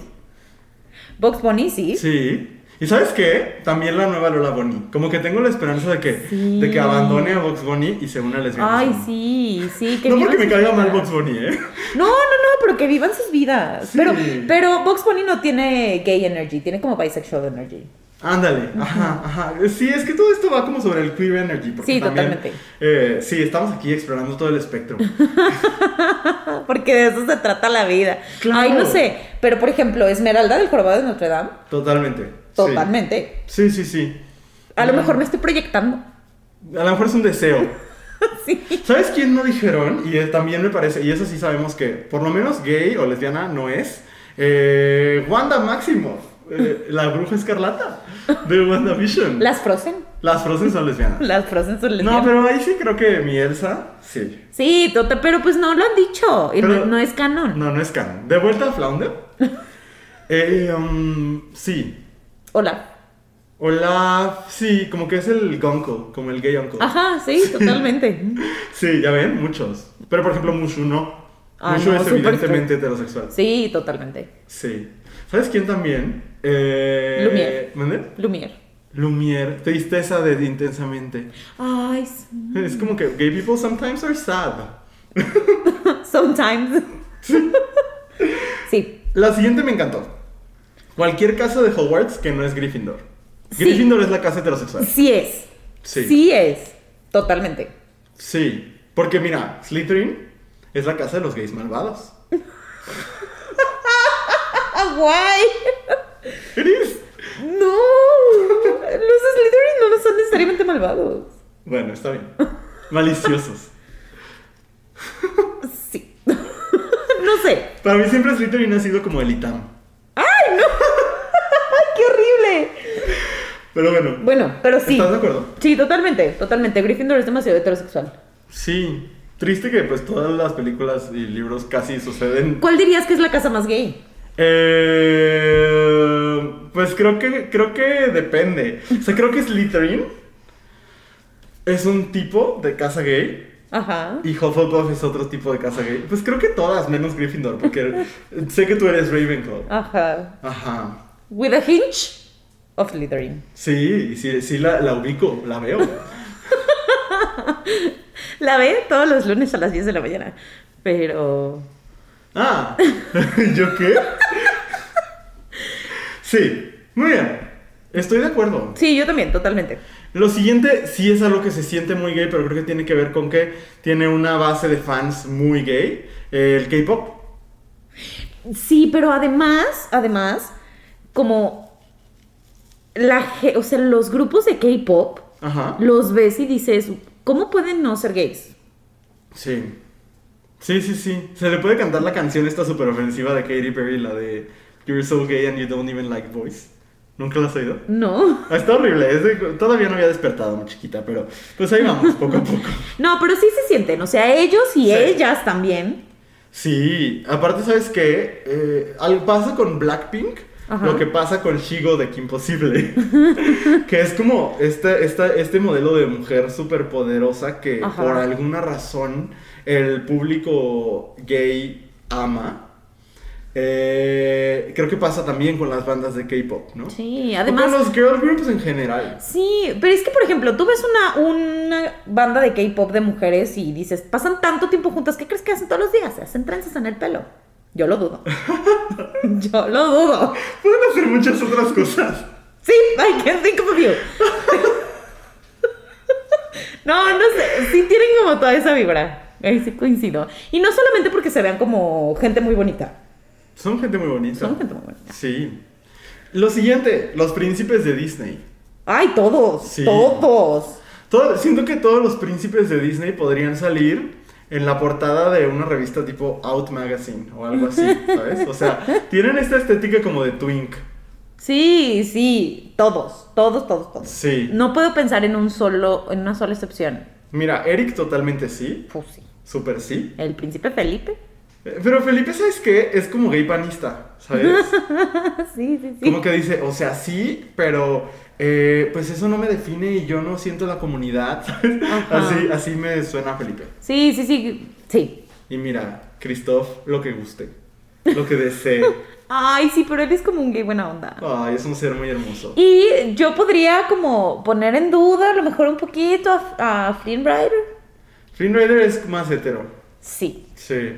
S1: Box Bunny, sí.
S2: Sí. ¿Y sabes qué? También la nueva Lola Bunny. Como que tengo la esperanza de que,
S1: Sí.
S2: de que abandone a Box Bunny y se una a lesbianas.
S1: Ay, sí, sí. Que
S2: No
S1: vivan
S2: porque me
S1: sus
S2: caiga mal
S1: vidas.
S2: Box Bunny, ¿eh?
S1: No, no, no, pero que vivan sus vidas.
S2: Sí.
S1: Pero, pero Box Bunny no tiene gay energy, tiene como bisexual energy.
S2: Ándale, ajá, ajá. Sí, es que todo esto va como sobre el queer energy. Porque
S1: Sí,
S2: también,
S1: totalmente.
S2: eh, sí, estamos aquí explorando todo el espectro.
S1: Ah, Porque de eso se trata la vida.
S2: Claro.
S1: Ay, no sé. Pero, por ejemplo, Esmeralda del Jorobado de Notre Dame.
S2: Totalmente. sí.
S1: Totalmente.
S2: Sí, sí, sí.
S1: A lo mejor me estoy proyectando.
S2: A lo mejor es un deseo.
S1: Sí.
S2: ¿Sabes quién no dijeron? Y eh, también me parece, y eso sí sabemos que por lo menos gay o lesbiana no es. eh, Wanda Maximoff, eh, la bruja escarlata de WandaVision.
S1: Las Frozen.
S2: Las Frozen son lesbianas.
S1: Las Frozen son
S2: No,
S1: lesbianas.
S2: pero ahí sí creo que mi Elsa, sí.
S1: Sí, tota- pero pues no lo han dicho. Y no-
S2: Pero-
S1: no, es canon.
S2: No, no es canon. De vuelta a Flounder. Eh, um, sí.
S1: Hola.
S2: Hola, sí, como que es el gonco, como el gay uncle.
S1: Ajá, sí, totalmente.
S2: Sí, ya ven, muchos. Pero por ejemplo, Mushu no.
S1: Ah,
S2: Mushu
S1: no,
S2: es
S1: súper
S2: evidentemente heterosexual.
S1: Sí, totalmente.
S2: Sí. ¿Sabes quién también? Eh,
S1: Lumière.
S2: ¿mande?
S1: Lumière.
S2: Lumière. Tristeza de intensamente.
S1: Ay, sí.
S2: Es como que gay people sometimes are sad.
S1: sometimes. sí.
S2: La siguiente me encantó. Cualquier casa de Hogwarts que no es Gryffindor.
S1: Sí.
S2: Gryffindor es la casa heterosexual.
S1: Sí es.
S2: Sí.
S1: Sí es. Totalmente.
S2: Sí. Porque mira, Slytherin es la casa de los gays malvados.
S1: ¡Ah, guay!
S2: It is.
S1: No. Los Slytherin no son necesariamente malvados.
S2: Bueno, está bien. Maliciosos.
S1: Sí. no sé.
S2: Para mí siempre Slytherin ha sido como el Itam.
S1: ¡Ay, no! ¡Ay, qué horrible!
S2: Pero bueno.
S1: Bueno, pero sí.
S2: ¿Estás de acuerdo?
S1: Sí, totalmente, totalmente. Gryffindor es demasiado heterosexual.
S2: Sí. Triste que pues todas las películas y libros casi suceden.
S1: ¿Cuál dirías que es la casa más gay?
S2: Eh, pues creo que creo que depende. O sea, creo que Slytherin es un tipo de casa gay
S1: Ajá.
S2: y Hufflepuff es otro tipo de casa gay. Pues creo que todas menos Gryffindor, porque sé que tú eres Ravenclaw.
S1: Ajá.
S2: Ajá.
S1: With a hinge of Slytherin.
S2: Sí, sí, sí la, la ubico, la veo.
S1: La ve todos los lunes a las 10 de la mañana. Pero.
S2: Ah, ¿yo qué? Sí, muy bien. Estoy de acuerdo.
S1: Sí, yo también, totalmente.
S2: Lo siguiente sí es algo que se siente muy gay, pero creo que tiene que ver con que tiene una base de fans muy gay, el K-pop.
S1: Sí, pero además, además, como. La, ge- o sea, los grupos de K-pop
S2: Ajá.
S1: los ves y dices, ¿cómo pueden no ser gays?
S2: Sí. Sí, sí, sí. Se le puede cantar la canción esta super ofensiva de Katy Perry, la de You're so gay and you don't even like boys. ¿Nunca la has oído?
S1: No.
S2: Ah, Está horrible, es de- todavía no había despertado, muy chiquita, pero pues ahí vamos, poco a poco.
S1: No, pero sí se sienten. O sea, ellos y
S2: Sí.
S1: ellas también.
S2: Sí, aparte, ¿sabes qué? Eh, al pasa con Blackpink,
S1: Ajá.
S2: lo que pasa con Shigo de Kim Possible, que es como este, esta- este modelo de mujer superpoderosa que
S1: Ajá.
S2: por alguna razón el público gay ama. Eh, creo que pasa también con las bandas de K-pop, ¿no?
S1: Sí,
S2: O
S1: además-
S2: Con los girl groups en general.
S1: Sí, pero es que, por ejemplo, tú ves una, una banda de K-pop de mujeres y dices, pasan tanto tiempo juntas, ¿qué crees que hacen todos los días? Se hacen trenzas en el pelo. Yo lo dudo. Yo lo dudo.
S2: Pueden hacer muchas otras cosas.
S1: Sí, I can think of you. No, no sé, sí tienen como toda esa vibra. Ahí sí coincido. Y no solamente porque se vean como gente muy bonita.
S2: Son gente muy bonita.
S1: Son gente muy bonita.
S2: Sí. Lo siguiente, los príncipes de Disney.
S1: Ay, todos,
S2: Sí.
S1: todos.
S2: Todo- siento que todos los príncipes de Disney podrían salir en la portada de una revista tipo Out Magazine o algo así, ¿sabes? O sea, tienen esta estética como de twink.
S1: Sí, sí, todos, todos, todos, todos.
S2: Sí.
S1: No puedo pensar en un solo, en una sola excepción.
S2: Mira, Eric totalmente sí,
S1: Pues sí.
S2: súper sí.
S1: El príncipe Felipe.
S2: Eh, Pero Felipe, ¿sabes qué? Es como gay panista, ¿sabes?
S1: Ah, sí, sí, sí.
S2: Como que dice, o sea, sí, pero eh, pues eso no me define y yo no siento la comunidad, ¿sabes?
S1: Ajá.
S2: Así, así me suena Felipe.
S1: Sí, sí, sí. Sí.
S2: Y mira, Christoph, lo que guste, lo que desee.
S1: Ay, sí, pero él es como un gay buena onda.
S2: Ay, es un ser muy hermoso.
S1: Y yo podría como poner en duda a lo mejor un poquito a, a Flynn Rider.
S2: Flynn Rider es más hetero.
S1: Sí.
S2: Sí.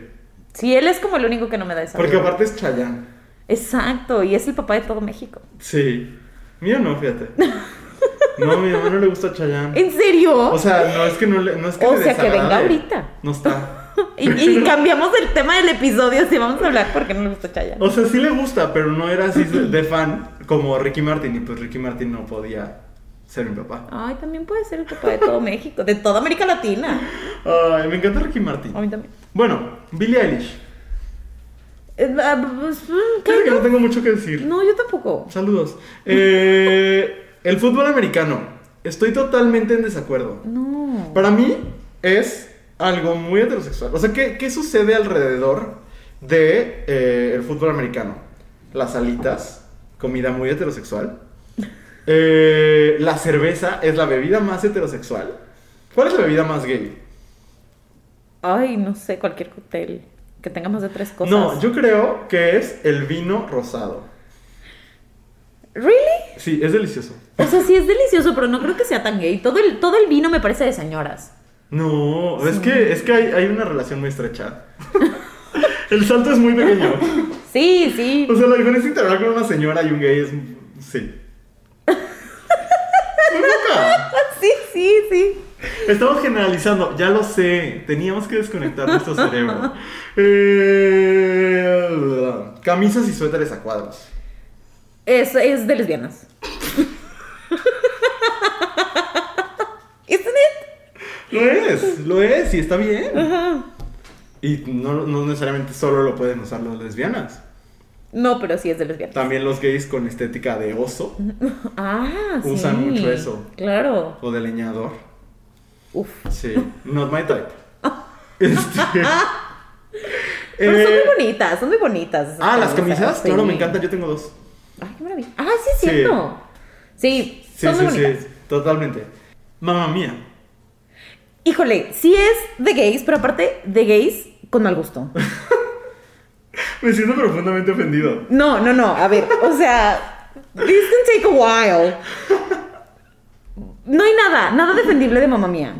S1: Sí, él es como el único que no me da esa.
S2: Porque
S1: duda.
S2: aparte es Chayanne.
S1: Exacto, y es el papá de todo México.
S2: Sí. Mío no, fíjate. No, a mi mamá no le gusta Chayanne.
S1: ¿En serio?
S2: Mm. O sea, no es que no le. No es que
S1: O
S2: le
S1: sea, que venga
S2: desagrade.
S1: ahorita.
S2: No está.
S1: y, y cambiamos el tema del episodio, si vamos a hablar porque no le gusta Chayanne.
S2: O sea, sí le gusta, pero no era así de de fan como Ricky Martin. Y pues Ricky Martin no podía ser mi papá.
S1: Ay, también puede ser el papá de todo México, de toda América Latina.
S2: Ay, me encanta Ricky Martin.
S1: A mí también.
S2: Bueno, Billie Eilish.
S1: Eh, ah, pues, mm,
S2: Creo que
S1: claro.
S2: no tengo mucho que decir.
S1: No, yo tampoco.
S2: Saludos. Eh, el fútbol americano. Estoy totalmente en desacuerdo.
S1: No.
S2: Para mí es algo muy heterosexual. O sea, ¿qué, qué sucede alrededor de eh, el fútbol americano? Las alitas, comida muy heterosexual. Eh, la cerveza es la bebida más heterosexual. ¿Cuál es la bebida más gay?
S1: Ay, no sé, cualquier cóctel que tenga más de tres cosas.
S2: No, yo creo que es el vino rosado.
S1: ¿Really?
S2: Sí, es delicioso.
S1: O sea, sí es delicioso, pero no creo que sea tan gay. Todo el, todo el vino me parece de señoras.
S2: No, es que, es que hay, hay una relación muy estrecha. El salto es muy pequeño.
S1: Sí, sí.
S2: O sea, la diferencia entre hablar con una señora y un gay es. Sí. Muy poca.
S1: Sí, sí, sí.
S2: Estamos generalizando, ya lo sé. Teníamos que desconectar nuestro cerebro. Eh, camisas y suéteres a cuadros.
S1: Es, es de lesbianas. ¿Isn't it?
S2: Lo es, lo es, y está bien.
S1: Ajá.
S2: Y no, no necesariamente solo lo pueden usar las lesbianas.
S1: No, pero sí es de lesbianas.
S2: También los gays con estética de oso
S1: Ah, sí.
S2: Usan mucho eso.
S1: Claro.
S2: o de leñador.
S1: Uf.
S2: Sí, not my type. Este,
S1: Pero son
S2: eh,
S1: muy bonitas, son muy bonitas. esas
S2: ah, las camisas,
S1: sí.
S2: claro, me encantan. Yo tengo dos.
S1: Ay, qué maravilla. Ah, sí, es cierto. Sí,
S2: Sí,
S1: son
S2: sí,
S1: muy bonitas.
S2: sí, totalmente. Mamma mía.
S1: Híjole, sí es de gays, pero aparte de gays con mal gusto.
S2: Me siento profundamente ofendido.
S1: No, no, no, a ver, o sea, this can take a while. No hay nada, nada defendible de mamá mía.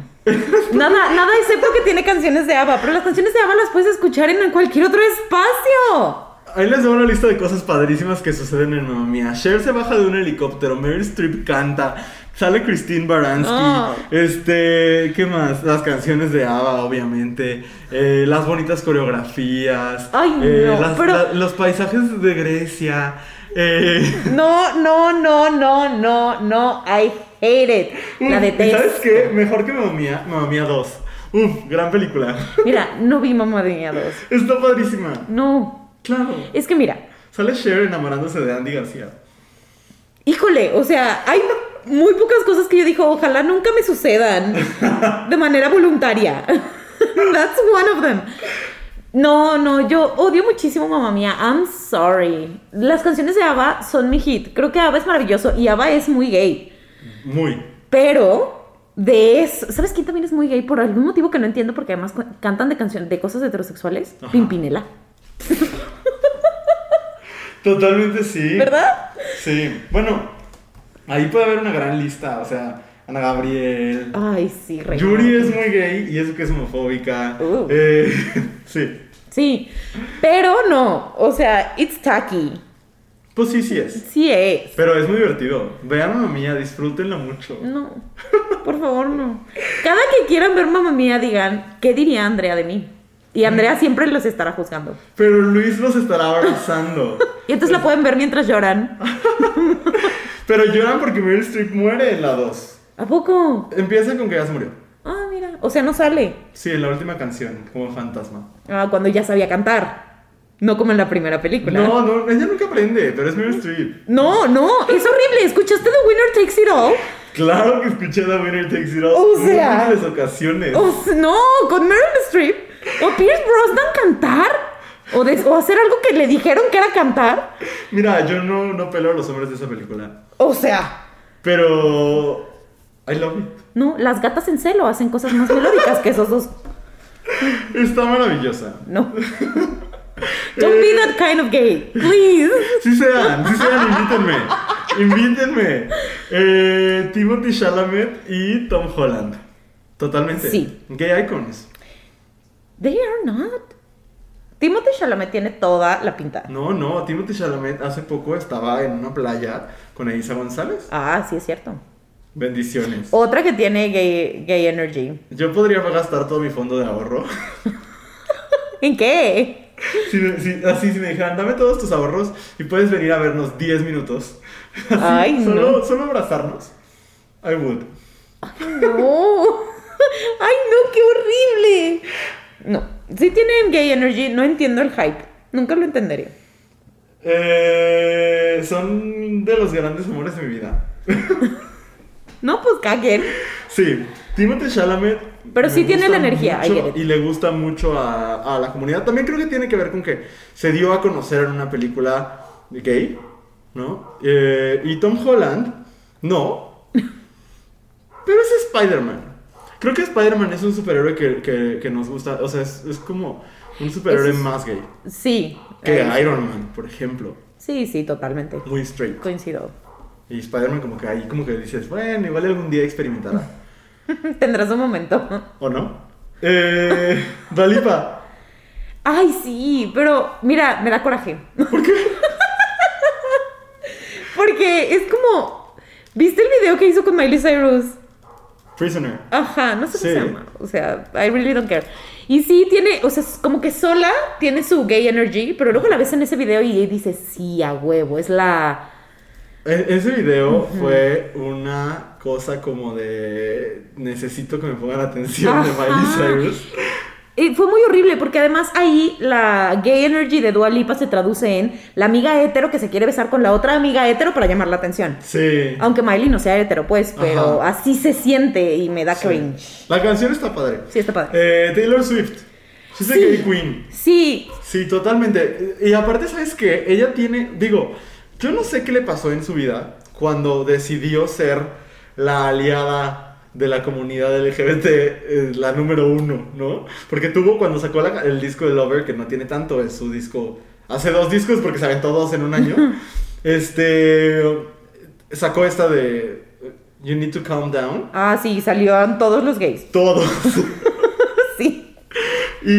S1: Nada, nada excepto que tiene canciones de ABBA, pero las canciones de ABBA las puedes escuchar en cualquier otro espacio.
S2: Ahí les doy una lista de cosas padrísimas que suceden en Mamma Mía. Cher se baja de un helicóptero, Meryl Streep canta, sale Christine Baranski.
S1: Ah.
S2: Este, ¿qué más? Las canciones de ABBA, obviamente. eh, las bonitas coreografías.
S1: Ay,
S2: eh,
S1: no,
S2: las-
S1: pero-
S2: la- los paisajes de Grecia. eh,
S1: No, no, no, no, no, no. I hate it. La
S2: Uf, Mm, ¿Sabes
S1: detesto.
S2: qué? Mejor que Mamma Mía, Mamma Mía 2. Uf, gran película.
S1: Mira, no vi Mamá de Mía 2.
S2: Está padrísima.
S1: No.
S2: Claro.
S1: Es que mira,
S2: Sale Cher enamorándose de Andy García.
S1: híjole, o sea, hay muy pocas cosas que yo digo, ojalá nunca me sucedan de manera voluntaria. That's one of them. No, no, yo odio muchísimo Mamá Mía. I'm sorry. Las canciones de ABBA son mi hit. Creo que ABBA es maravilloso y ABBA es muy gay.
S2: Muy.
S1: Pero de eso, ¿sabes quién también es muy gay? Por algún motivo que no entiendo, porque además cu- cantan de canción, de cosas heterosexuales.
S2: Ajá.
S1: Pimpinela.
S2: Totalmente sí.
S1: ¿Verdad?
S2: Sí. Bueno, ahí puede haber una gran lista. O sea, Ana Gabriel.
S1: Ay, sí, rey.
S2: Yuri es muy gay y eso que es homofóbica.
S1: Uh.
S2: Eh, sí.
S1: Sí. Pero no. O sea, it's tacky.
S2: Pues sí, sí es.
S1: Sí es.
S2: Pero es muy divertido. Vean Mamma Mía, disfrútenla mucho.
S1: No. Por favor, no. Cada que quieran ver mamá mía, digan, ¿qué diría Andrea de mí? Y Andrea siempre los estará juzgando.
S2: Pero Luis los estará abrazando.
S1: Y entonces la pueden ver mientras lloran.
S2: Pero lloran porque Meryl Streep muere en la 2.
S1: ¿A poco?
S2: Empieza con que ya se murió.
S1: Ah, mira. O sea, no sale.
S2: Sí, en la última canción, como fantasma.
S1: Ah, cuando ya sabía cantar. No como en la primera película.
S2: No, no, ella nunca aprende, pero es Meryl Streep.
S1: No, no, es horrible. ¿Escuchaste The Winner Takes It All?
S2: Claro que escuché a Winner Takes It All
S1: O sea.
S2: múltiples ocasiones.
S1: O s- no, con Meryl Streep. O Pierce Brosnan cantar. O, des- o hacer algo que le dijeron que era cantar.
S2: Mira, yo no, no pelo a los hombres de esa película.
S1: O sea,
S2: Pero. I love it.
S1: no, las gatas en celo hacen cosas más melódicas que esos dos.
S2: Está maravillosa.
S1: No. Don't be that kind of gay, please.
S2: Sí sean, sí sean, invítenme. Invítenme. Eh, Timothy Chalamet y Tom Holland. Totalmente.
S1: Sí.
S2: Gay icons.
S1: They are not. Timothy Chalamet tiene toda la pinta.
S2: No, no, Timothy Chalamet hace poco estaba en una playa con Elisa González.
S1: Ah, sí, es cierto.
S2: Bendiciones.
S1: Otra que tiene gay, gay energy.
S2: Yo podría gastar todo mi fondo de ahorro.
S1: ¿En qué?
S2: Si me- si- así, si me dijeran, dame todos tus ahorros y puedes venir a vernos 10 minutos. Así,
S1: Ay,
S2: solo,
S1: no.
S2: solo abrazarnos. I would.
S1: No. Ay, no, qué horrible. No, sí tienen gay energy, no entiendo el hype. Nunca lo entenderé.
S2: Eh, son de los grandes amores de mi vida.
S1: No, pues caguen.
S2: Sí, Timothée Chalamet.
S1: Pero
S2: me
S1: sí tiene
S2: gusta
S1: la energía, I
S2: mucho
S1: get it.
S2: y le gusta mucho a, a la comunidad. También creo que tiene que ver con que se dio a conocer en una película gay, ¿no? Eh, y Tom Holland, no. Pero es Spider-Man. Creo que Spider-Man es un superhéroe que, que- que nos gusta. O sea, es, es como un superhéroe
S1: Es-
S2: más gay
S1: Sí.
S2: que
S1: Ay,
S2: Iron Man, por ejemplo.
S1: Sí, sí, totalmente.
S2: Muy straight.
S1: Coincido.
S2: Y Spider-Man como que ahí como que dices, bueno, igual algún día experimentará.
S1: Tendrás un momento.
S2: ¿O no? Eh, Dalipa.
S1: Ay, sí, pero mira, me da coraje.
S2: ¿Por qué?
S1: Porque es como. ¿Viste el video que hizo con Miley Cyrus?
S2: Prisoner.
S1: Ajá, no sé qué se
S2: Sí.
S1: llama. O sea, I really don't care. Y sí tiene, o sea, es como que sola tiene su gay energy, pero luego la ves en ese video y dices, sí, a huevo, es la.
S2: E- ese video fue una cosa como de necesito que me pongan atención de
S1: Ajá.
S2: Miley Cyrus.
S1: Y fue muy horrible porque además ahí la gay energy de Dua Lipa se traduce en la amiga hetero que se quiere besar con la otra amiga hetero para llamar la atención.
S2: Sí.
S1: Aunque Miley no sea hetero, pues, pero
S2: Ajá.
S1: así se siente y me da cringe.
S2: Sí. La canción está padre.
S1: Sí, está padre.
S2: Eh, Taylor Swift. She's a
S1: Sí.
S2: gay queen.
S1: Sí,
S2: Sí, totalmente. Y aparte, ¿sabes qué? Ella tiene, digo, yo no sé qué le pasó en su vida cuando decidió ser la aliada de la comunidad LGBT, eh, la número uno, ¿no? Porque tuvo cuando sacó la- el disco de Lover, que no tiene tanto, es su disco, hace dos discos porque se aventó dos en un año, este, sacó esta de eh, You Need to Calm Down,
S1: ah, sí, salieron todos los gays.
S2: todos.
S1: Sí.
S2: Y,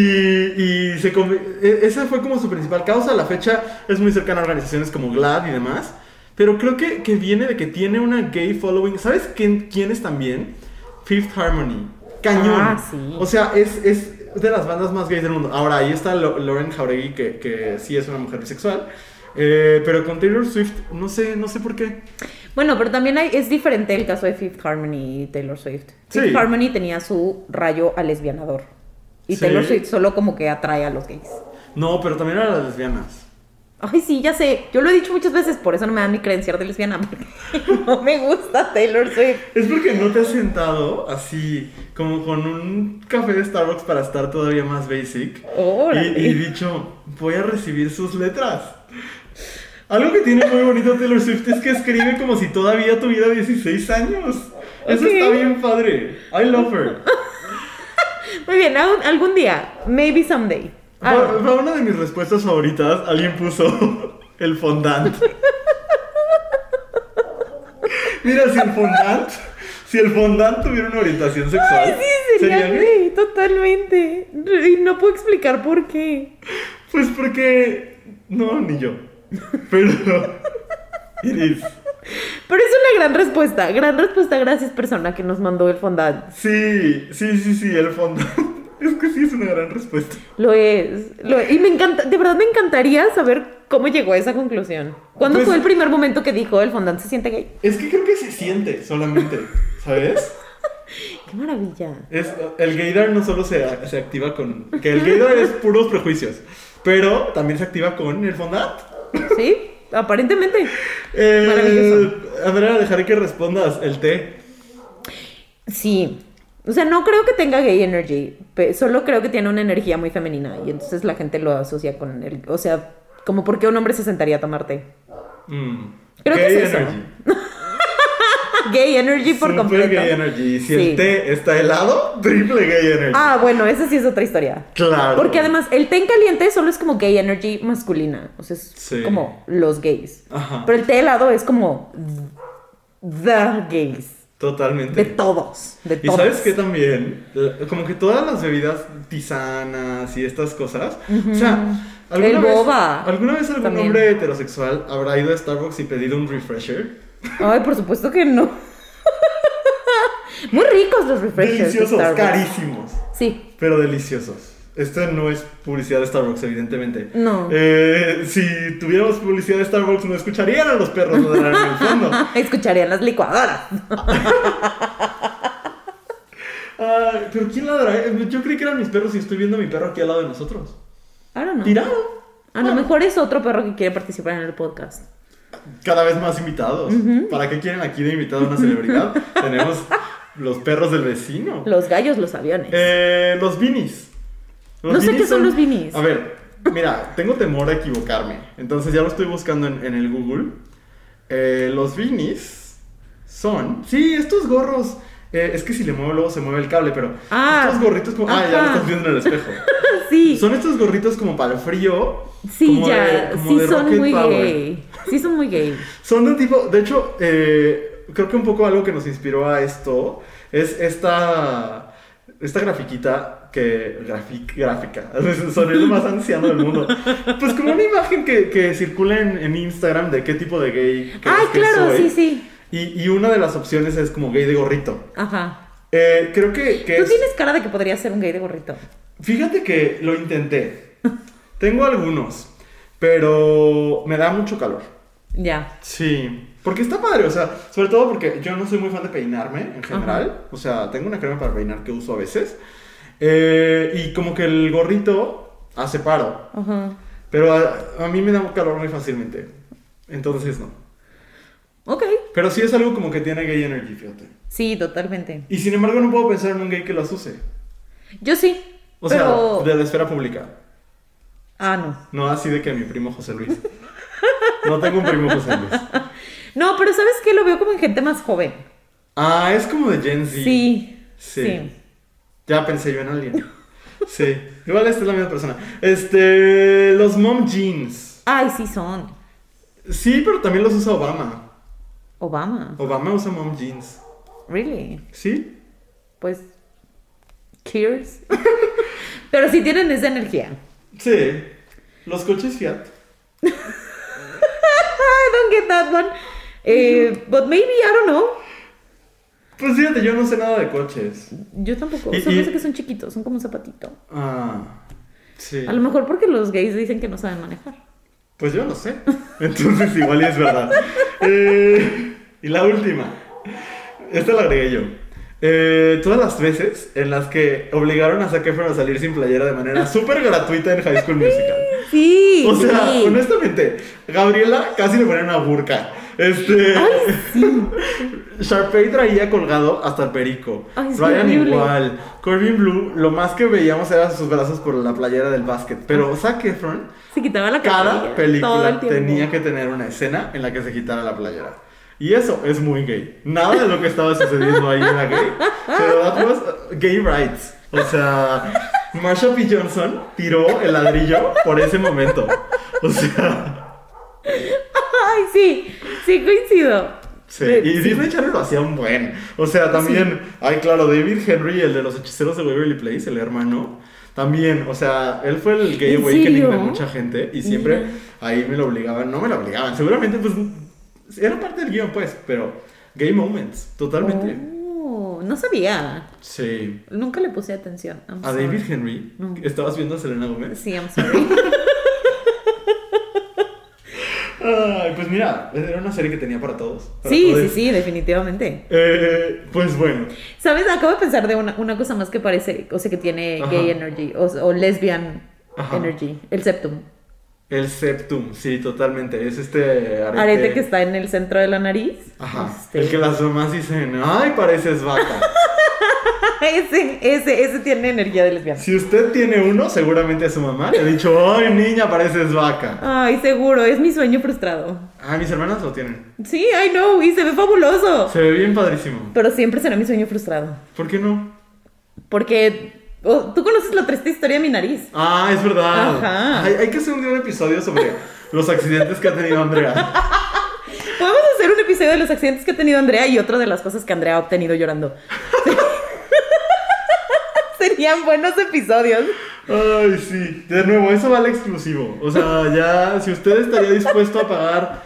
S2: y se conv- e- esa fue como su principal causa. La fecha es muy cercana a organizaciones como GLAD y demás. Pero creo que, que viene de que tiene una gay following. ¿Sabes quién, quién es también? Fifth Harmony. Cañón.
S1: Ah, sí.
S2: O sea, es, es de las bandas más gays del mundo. Ahora, ahí está Lo- Lauren Jauregui, que, que sí es una mujer bisexual. Eh, pero con Taylor Swift, no sé, no sé por qué.
S1: Bueno, pero también hay- es diferente el caso de Fifth Harmony y Taylor Swift. Fifth
S2: Sí.
S1: Harmony tenía su rayo al lesbianador. Y
S2: Sí.
S1: Taylor Swift solo como que atrae a los gays.
S2: No, pero también a las lesbianas.
S1: Ay, sí, ya sé. Yo lo he dicho muchas veces, por eso no me dan mi credencial de lesbiana. porque no me gusta Taylor Swift.
S2: Es porque no te has sentado así, como con un café de Starbucks para estar todavía más basic.
S1: Órale.
S2: Y, y dicho, voy a recibir sus letras. Algo que tiene muy bonito Taylor Swift es que escribe como si todavía tuviera 16 años. Eso
S1: Ok.
S2: está bien padre. I love her.
S1: Muy bien, algún, algún día. Maybe someday. Ah,
S2: Fue fue una de mis respuestas favoritas. Alguien puso el fondant. Mira, si el fondant, si el fondant tuviera una orientación sexual,
S1: Ay, sí, sería gay, totalmente. Y no puedo explicar por qué.
S2: Pues porque. No, ni yo. Pero. Iris.
S1: Pero es una gran respuesta. Gran respuesta, gracias, persona que nos mandó el fondant.
S2: Sí, sí, sí, sí, el fondo. Es que sí es una gran respuesta.
S1: Lo es, lo es. Y me encanta, de verdad me encantaría saber cómo llegó a esa conclusión. ¿Cuándo
S2: Pues-
S1: fue el primer momento que dijo el fondant se siente gay?
S2: Es que creo que se siente solamente, ¿sabes?
S1: ¡Qué maravilla!
S2: Es, el gaydar no solo se, se activa con. Que el gaydar es puros prejuicios. Pero también se activa con el fondant.
S1: ¿Sí? Aparentemente.
S2: Eh,
S1: Maravilloso.
S2: Andrea, dejaré que respondas el té.
S1: Sí. O sea, no creo que tenga gay energy, pe- solo creo que tiene una energía muy femenina y entonces la gente lo asocia con el... O sea, como por qué un hombre se sentaría a tomarte.
S2: Mm.
S1: Creo que
S2: Gay
S1: es eso.
S2: energy.
S1: Gay energy por
S2: Super
S1: completo.
S2: gay energy. Si
S1: Sí.
S2: el té está helado, triple gay energy.
S1: Ah, bueno, esa sí es otra historia.
S2: Claro.
S1: Porque además, el té en caliente solo es como gay energy masculina. O sea, es
S2: Sí.
S1: como los gays.
S2: Ajá.
S1: Pero el té helado es como the gays. De
S2: Totalmente.
S1: todos. De
S2: Y
S1: todos.
S2: sabes que también, La- como que todas las bebidas tisanas y estas cosas, o sea, ¿alguna
S1: El
S2: vez,
S1: boba.
S2: ¿alguna vez algún
S1: También.
S2: hombre heterosexual habrá ido a Starbucks y pedido un refresher?
S1: Ay, por supuesto que no. Muy ricos los refreshers. de
S2: Deliciosos,
S1: Starbucks.
S2: carísimos,
S1: Sí.
S2: pero deliciosos. Esto no es publicidad de Starbucks, evidentemente.
S1: No.
S2: Eh, si tuviéramos publicidad de Starbucks, no escucharían a los perros ladrar en el fondo.
S1: Escucharían las licuadoras.
S2: Ay, Ah, pero ¿quién ladra? Eh, Yo creí que eran mis perros y estoy viendo a mi perro aquí al lado de nosotros.
S1: Ahora no.
S2: Tirado.
S1: A lo mejor es otro perro que quiere participar en el podcast.
S2: cada vez más invitados. ¿Para qué quieren aquí de invitado a una celebridad? Tenemos los perros del vecino.
S1: Los gallos, los aviones.
S2: Eh, los beanies. Los
S1: No sé
S2: beanies
S1: qué son los beanies.
S2: A ver, mira, tengo temor a equivocarme. Entonces ya lo estoy buscando en, en el Google. Eh, los beanies son. Sí, estos gorros. Eh, es que si le muevo luego se mueve el cable, pero
S1: Ah.
S2: estos gorritos como. Ah, ya lo
S1: Ajá.
S2: estás viendo en el espejo.
S1: así.
S2: Son estos gorritos como para el frío.
S1: Sí,
S2: como
S1: ya,
S2: de- como
S1: sí
S2: de
S1: son
S2: Rocket
S1: muy
S2: Power.
S1: gay. Sí son muy gay.
S2: Son de un tipo, de hecho, eh, creo que un poco algo que nos inspiró a esto es esta, esta grafiquita que, grafic- gráfica, son el más anciano del mundo. Pues como una imagen que, que circula en, en Instagram de qué tipo de gay. crees
S1: Ay,
S2: que
S1: claro, sí,
S2: soy.
S1: sí.
S2: Y, y una de las opciones es como gay de gorrito.
S1: Ajá.
S2: Eh, creo que, que
S1: Tú
S2: es-
S1: tienes cara de que podría ser un gay de gorrito.
S2: Fíjate que lo intenté. Tengo algunos, pero me da mucho calor.
S1: Ya.
S2: Sí, porque está padre, o sea, sobre todo porque yo no soy muy fan de peinarme en general, o sea, tengo una crema para peinar que uso a veces, eh, y como que el gorrito hace paro,
S1: Ajá.
S2: pero a, a mí me da calor muy fácilmente, entonces no.
S1: Ok.
S2: Pero sí es algo como que tiene gay energy, fíjate.
S1: Sí, totalmente.
S2: Y sin embargo no puedo pensar en un gay que las use,
S1: Yo sí.
S2: o
S1: pero.
S2: sea, de la esfera pública,
S1: Ah, no.
S2: no así de que mi primo José Luis. No tengo un primo José Luis.
S1: No, pero ¿sabes qué? Lo veo como en gente más joven.
S2: Ah, es como de Gen Z.
S1: Sí.
S2: Sí.
S1: Sí.
S2: Ya pensé yo en alguien. Sí. Igual esta es la misma persona. Este. Los mom jeans.
S1: Ay, sí son.
S2: Sí, pero también los usa Obama.
S1: Obama.
S2: Obama usa mom jeans.
S1: Really.
S2: ¿Sí?
S1: Pues. Cheers. pero sí tienen esa energía.
S2: Sí. Los coches Fiat.
S1: I don't get that one. Eh, but maybe, I don't know.
S2: Pues fíjate, yo no sé nada de coches.
S1: Yo tampoco.
S2: Y-
S1: Solo
S2: y-
S1: sé que son chiquitos, son como un zapatito.
S2: Ah. Sí.
S1: A lo mejor porque los gays dicen que no saben manejar.
S2: Pues yo no sé. Entonces igual y es verdad. Eh, y la última. Esta la agregué yo. Eh, todas las veces en las que obligaron a Zac Efron a salir sin playera de manera súper gratuita en High School Musical.
S1: Sí.
S2: O sea,
S1: sí.
S2: honestamente, Gabriela casi le ponía una burka. Este. Sharpay traía colgado hasta el perico.
S1: Ay, sí,
S2: Ryan
S1: horrible.
S2: igual. Corbin Blue, lo más que veíamos era sus brazos por la playera del básquet. Pero Zac Efron,
S1: Se quitaba la
S2: cada
S1: cartilla todo el
S2: película
S1: tiempo.
S2: tenía que tener una escena en la que se quitara la playera. Y eso es muy gay. Nada de lo que estaba sucediendo ahí era gay. Pero that was uh, gay rights. O sea, Marsha P. Johnson tiró el ladrillo por ese momento. O sea,
S1: Ay, sí. Sí, coincido.
S2: sí.
S1: Eh,
S2: Y Disney Channel lo hacía un buen. O sea, también, ay, claro, David Henry, el de los hechiceros de Waverly Place, el hermano. También, o sea, él fue el gay
S1: ¿En
S2: awakening de
S1: serio?
S2: mucha gente y siempre
S1: Mira.
S2: ahí me lo obligaban, no me lo obligaban, seguramente pues era parte del guión pues, pero gay moments, totalmente.
S1: Oh, no sabía.
S2: Sí.
S1: Nunca le puse atención. I'm
S2: A
S1: sorry.
S2: David Henry,
S1: No.
S2: ¿estabas viendo a Selena Gómez?
S1: Sí, I'm sorry.
S2: Ay, pues mira, era una serie que tenía para todos. para
S1: sí, sí,
S2: todos.
S1: sí, definitivamente.
S2: Eh, pues bueno,
S1: ¿Sabes? Acabo de pensar de una, una cosa más que parece, o sea, que tiene
S2: Ajá.
S1: gay energy o, o lesbian
S2: Ajá.
S1: energy. El septum.
S2: el septum, sí, totalmente, es este arete,
S1: arete que está en el centro de la nariz.
S2: Ajá,
S1: Este,
S2: el que las mamás dicen, ay, pareces vaca.
S1: ese, ese, ese tiene energía de lesbiana.
S2: si usted tiene uno, seguramente a su mamá le ha dicho, ay, niña, pareces vaca.
S1: Ay, seguro, es mi sueño frustrado.
S2: Ah, mis hermanas lo tienen.
S1: Sí, I know, y se ve fabuloso.
S2: Se ve bien padrísimo.
S1: Pero siempre será mi sueño frustrado.
S2: ¿Por qué no?
S1: Porque oh, tú conoces la triste historia de mi nariz.
S2: Ah, es verdad.
S1: Ajá.
S2: Hay, hay que hacer un, día un episodio sobre los accidentes que ha tenido Andrea.
S1: Podemos hacer un episodio de los accidentes que ha tenido Andrea y otro de las cosas que Andrea ha obtenido llorando. Serían buenos episodios.
S2: Ay, sí. De nuevo, eso vale exclusivo. O sea, ya, si usted estaría dispuesto a pagar.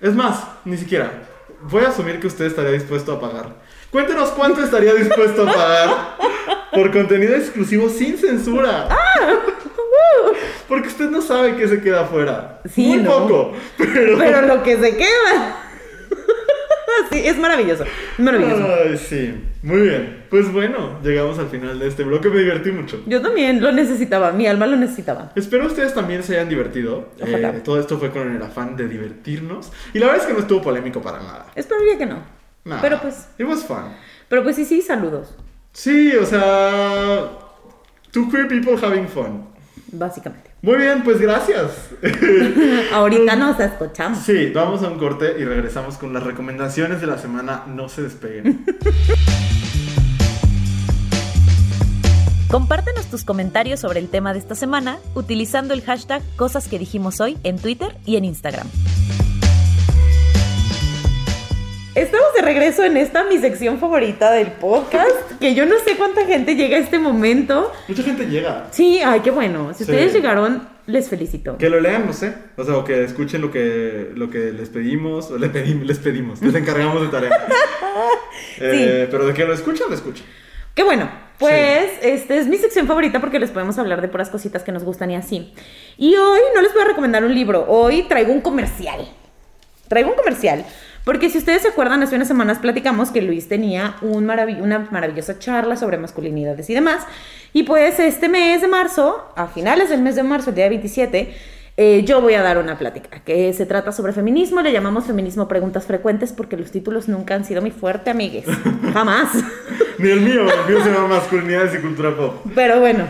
S2: Es más, ni siquiera. Voy a asumir que usted estaría dispuesto a pagar. Cuéntenos cuánto estaría dispuesto a pagar por contenido exclusivo sin censura.
S1: Ah,
S2: Porque usted no sabe qué se queda afuera.
S1: uh-huh. Sí,
S2: Muy
S1: ¿no?
S2: poco. Pero.
S1: Pero lo que se queda. Sí, es maravilloso. Es maravilloso.
S2: Ay, sí. Muy bien. Pues bueno, llegamos al final de este bloque. Me divertí mucho.
S1: Yo también lo necesitaba, mi alma lo necesitaba.
S2: Espero ustedes también se hayan divertido.
S1: Ojalá.
S2: Eh, todo esto fue con el afán de divertirnos. Y la verdad es que no estuvo polémico para nada.
S1: Esperaría que no.
S2: Nada.
S1: Pero pues,
S2: It was fun.
S1: pero pues sí, sí, saludos,
S2: Sí, o sea. Two queer people having fun.
S1: básicamente.
S2: Muy bien, pues gracias.
S1: Ahorita nos escuchamos.
S2: Sí, vamos a un corte y regresamos con las recomendaciones de la semana. No se despeguen.
S3: Compártenos tus comentarios sobre el tema de esta semana utilizando el hashtag Cosas que dijimos hoy en Twitter y en Instagram.
S1: Estamos de regreso en esta mi sección favorita del podcast, que yo no sé cuánta gente llega a este momento.
S2: Mucha gente llega.
S1: Sí, ay, qué bueno. Si
S2: Sí.
S1: ustedes llegaron, les felicito.
S2: Que lo lean, no sé. O sea, o que escuchen lo que, lo que les pedimos, o le pedim- les pedimos, les encargamos de tarea. Eh, pero de que lo escuchen, lo escuchen.
S1: Qué bueno. Pues este es mi sección favorita porque les podemos hablar de puras cositas que nos gustan y así. Y hoy no les voy a recomendar un libro, hoy traigo un comercial. Traigo un comercial. Porque si ustedes se acuerdan, hace unas semanas platicamos que Luis tenía un maravi- una maravillosa charla sobre masculinidades y demás. Y pues este mes de marzo, a finales del mes de marzo, el día 27, eh, yo voy a dar una plática que se trata sobre feminismo. Le llamamos feminismo preguntas frecuentes porque los títulos nunca han sido mi fuerte, amigues. Jamás.
S2: Ni el mío, el mío se llama Masculinidades y Cultura Pop.
S1: Pero bueno,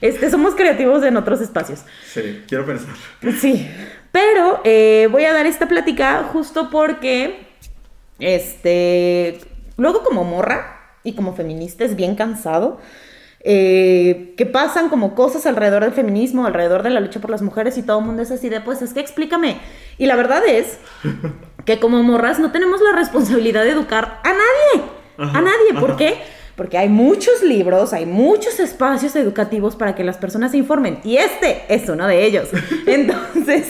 S1: este, somos creativos en otros espacios.
S2: Sí, quiero pensar.
S1: Sí. Pero eh, voy a dar esta plática justo porque, este, luego como morra y como feminista es bien cansado. eh, que pasan como cosas alrededor del feminismo, alrededor de la lucha por las mujeres y todo el mundo es así de, pues es que explícame. Y la verdad es que como morras no tenemos la responsabilidad de educar a nadie.
S2: Ajá,
S1: a nadie. ¿Por
S2: ajá.
S1: qué? Porque hay muchos libros, hay muchos espacios educativos para que las personas se informen. Y este es uno de ellos. Entonces,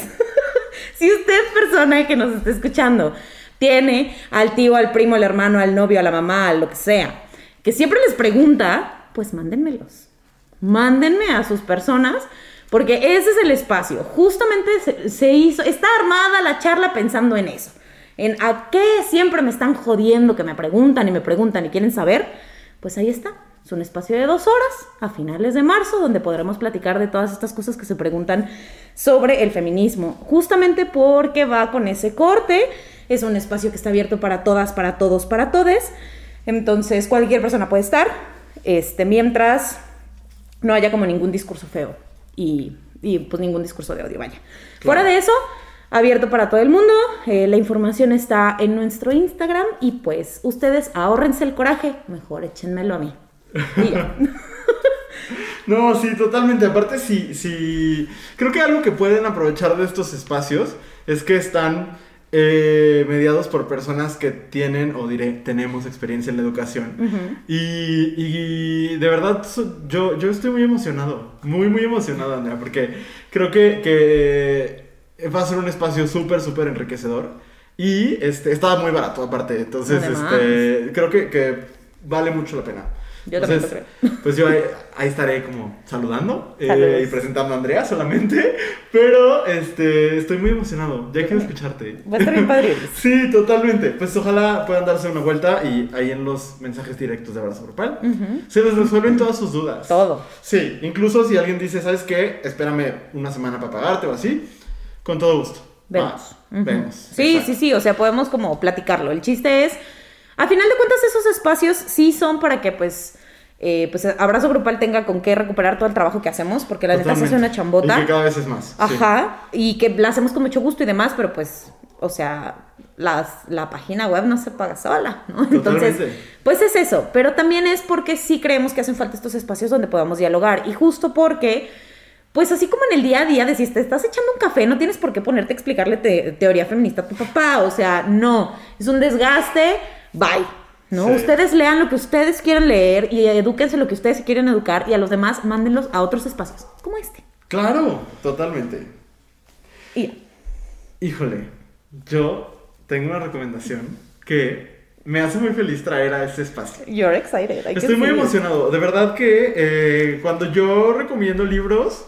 S1: si usted, persona que nos está escuchando, tiene al tío, al primo, al hermano, al novio, a la mamá, a lo que sea, que siempre les pregunta, pues mándenmelos. Mándenme a sus personas. Porque ese es el espacio. Justamente se, se hizo, está armada la charla pensando en eso. En a qué siempre me están jodiendo, que me preguntan y me preguntan y quieren saber. Pues ahí está. Es un espacio de dos horas a finales de marzo donde podremos platicar de todas estas cosas que se preguntan sobre el feminismo. Justamente porque va con ese corte. Es un espacio que está abierto para todas, para todos, para todes. Entonces cualquier persona puede estar. Este, mientras no haya como ningún discurso feo y, y, pues ningún discurso de odio, vaya. Fuera de eso, abierto para todo el mundo, eh, la información está en nuestro Instagram y pues ustedes ahórrense el coraje, mejor échenmelo a mí. Y ya.
S2: No, sí, totalmente. Aparte, sí, sí. Creo que algo que pueden aprovechar de estos espacios es que están eh, mediados por personas que tienen, o diré, tenemos experiencia en la educación. y, y de verdad, so- yo, yo estoy muy emocionado. Muy, muy emocionado, Andrea, porque creo que, que va a ser un espacio súper, súper enriquecedor. Y este, estaba muy barato, aparte. Entonces,
S1: Además.
S2: este, creo que, que vale mucho la pena.
S1: Yo también lo
S2: Pues yo ahí, ahí estaré como saludando eh,
S1: Saludos.
S2: y presentando a Andrea solamente. Pero este, estoy muy emocionado. Ya quiero
S1: también.
S2: escucharte.
S1: Va a estar bien padre.
S2: Sí, totalmente. Pues ojalá puedan darse una vuelta y ahí en los mensajes directos de Abrazo Grupal
S1: Ujú.
S2: se les resuelven todas sus dudas.
S1: Todo.
S2: Sí, incluso si alguien dice, ¿sabes qué? Espérame una semana para pagarte o así. Con todo gusto.
S1: Vemos.
S2: Va,
S1: Ujú.
S2: Vemos.
S1: Sí,
S2: Exacto.
S1: sí, sí, o sea, podemos como platicarlo. El chiste es, a final de cuentas, esos espacios sí son para que pues... eh, pues abrazo grupal tenga con qué recuperar todo el trabajo que hacemos, porque la neta se hace
S2: Totalmente.
S1: una chambota.
S2: Y que cada vez es más. sí.
S1: Ajá, y que la hacemos con mucho gusto y demás, pero pues, o sea, las, la página web no se paga sola, ¿no? Entonces,
S2: Totalmente.
S1: pues es eso, pero también es porque sí creemos que hacen falta estos espacios donde podamos dialogar y justo porque... Pues así como en el día a día, de si te estás echando un café, no tienes por qué ponerte a explicarle te- teoría feminista a tu papá. O sea, no, es un desgaste, bye. ¿no?
S2: Sí.
S1: Ustedes lean lo que ustedes quieran leer y edúquense lo que ustedes quieren educar y a los demás mándenlos a otros espacios, como este.
S2: Claro, totalmente.
S1: Y ya.
S2: Híjole, yo tengo una recomendación que me hace muy feliz traer a este espacio.
S1: You're excited. I can
S2: Estoy muy
S1: see it.
S2: emocionado. De verdad que eh, cuando yo recomiendo libros,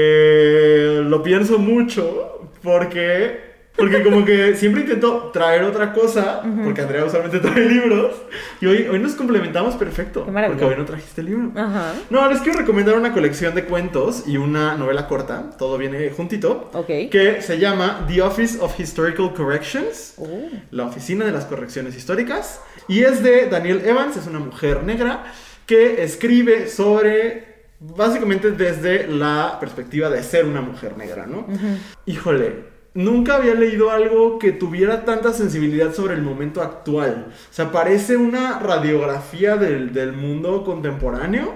S2: eh, lo pienso mucho porque, porque como que siempre intento traer otra cosa, porque Andrea usualmente trae libros, y hoy, hoy nos complementamos perfecto,
S1: Qué maravilla.
S2: porque hoy no trajiste libro.
S1: Ajá.
S2: No, les quiero recomendar una colección de cuentos y una novela corta, todo viene juntito,
S1: Ok.
S2: que se llama The Office of Historical Corrections,
S1: Oh.
S2: la Oficina de las Correcciones Históricas, y es de Daniel Evans, es una mujer negra que escribe sobre, básicamente desde la perspectiva de ser una mujer negra, ¿no? Híjole, nunca había leído algo que tuviera tanta sensibilidad sobre el momento actual. O sea, parece una radiografía del, del mundo contemporáneo.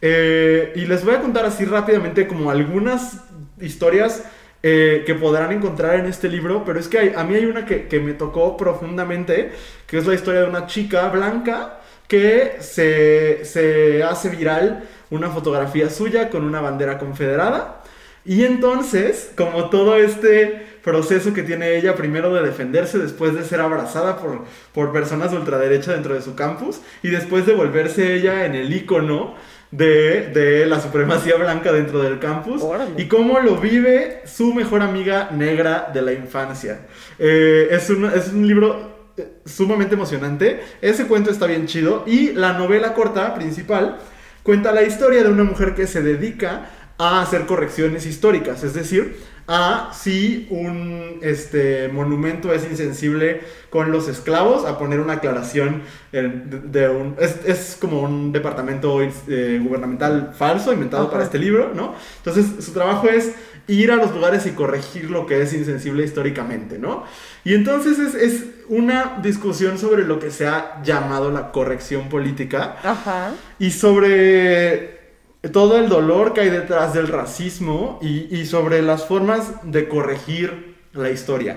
S2: Eh, y les voy a contar así rápidamente como algunas historias eh, que podrán encontrar en este libro, pero es que hay- a mí hay una que, que me tocó profundamente, que es la historia de una chica blanca que se, se hace viral una fotografía suya con una bandera confederada. Y entonces, como todo este proceso que tiene ella, primero de defenderse, después de ser abrazada por, por personas de ultraderecha dentro de su campus, y después de volverse ella en el icono de, de la supremacía blanca dentro del campus,
S1: Órale.
S2: y cómo lo vive su mejor amiga negra de la infancia. Eh, es, un, es un libro eh, sumamente emocionante, ese cuento está bien chido, y la novela corta principal cuenta la historia de una mujer que se dedica a hacer correcciones históricas, es decir, a si un este, monumento es insensible con los esclavos, a poner una aclaración en- de, de un... Es, es como un departamento eh, gubernamental falso inventado
S1: Ajá.
S2: para este libro, ¿no? Entonces su trabajo es ir a los lugares y corregir lo que es insensible históricamente, ¿no? Y entonces es, es una discusión sobre lo que se ha llamado la corrección política
S1: Ajá.
S2: y sobre todo el dolor que hay detrás del racismo y, y sobre las formas de corregir la historia,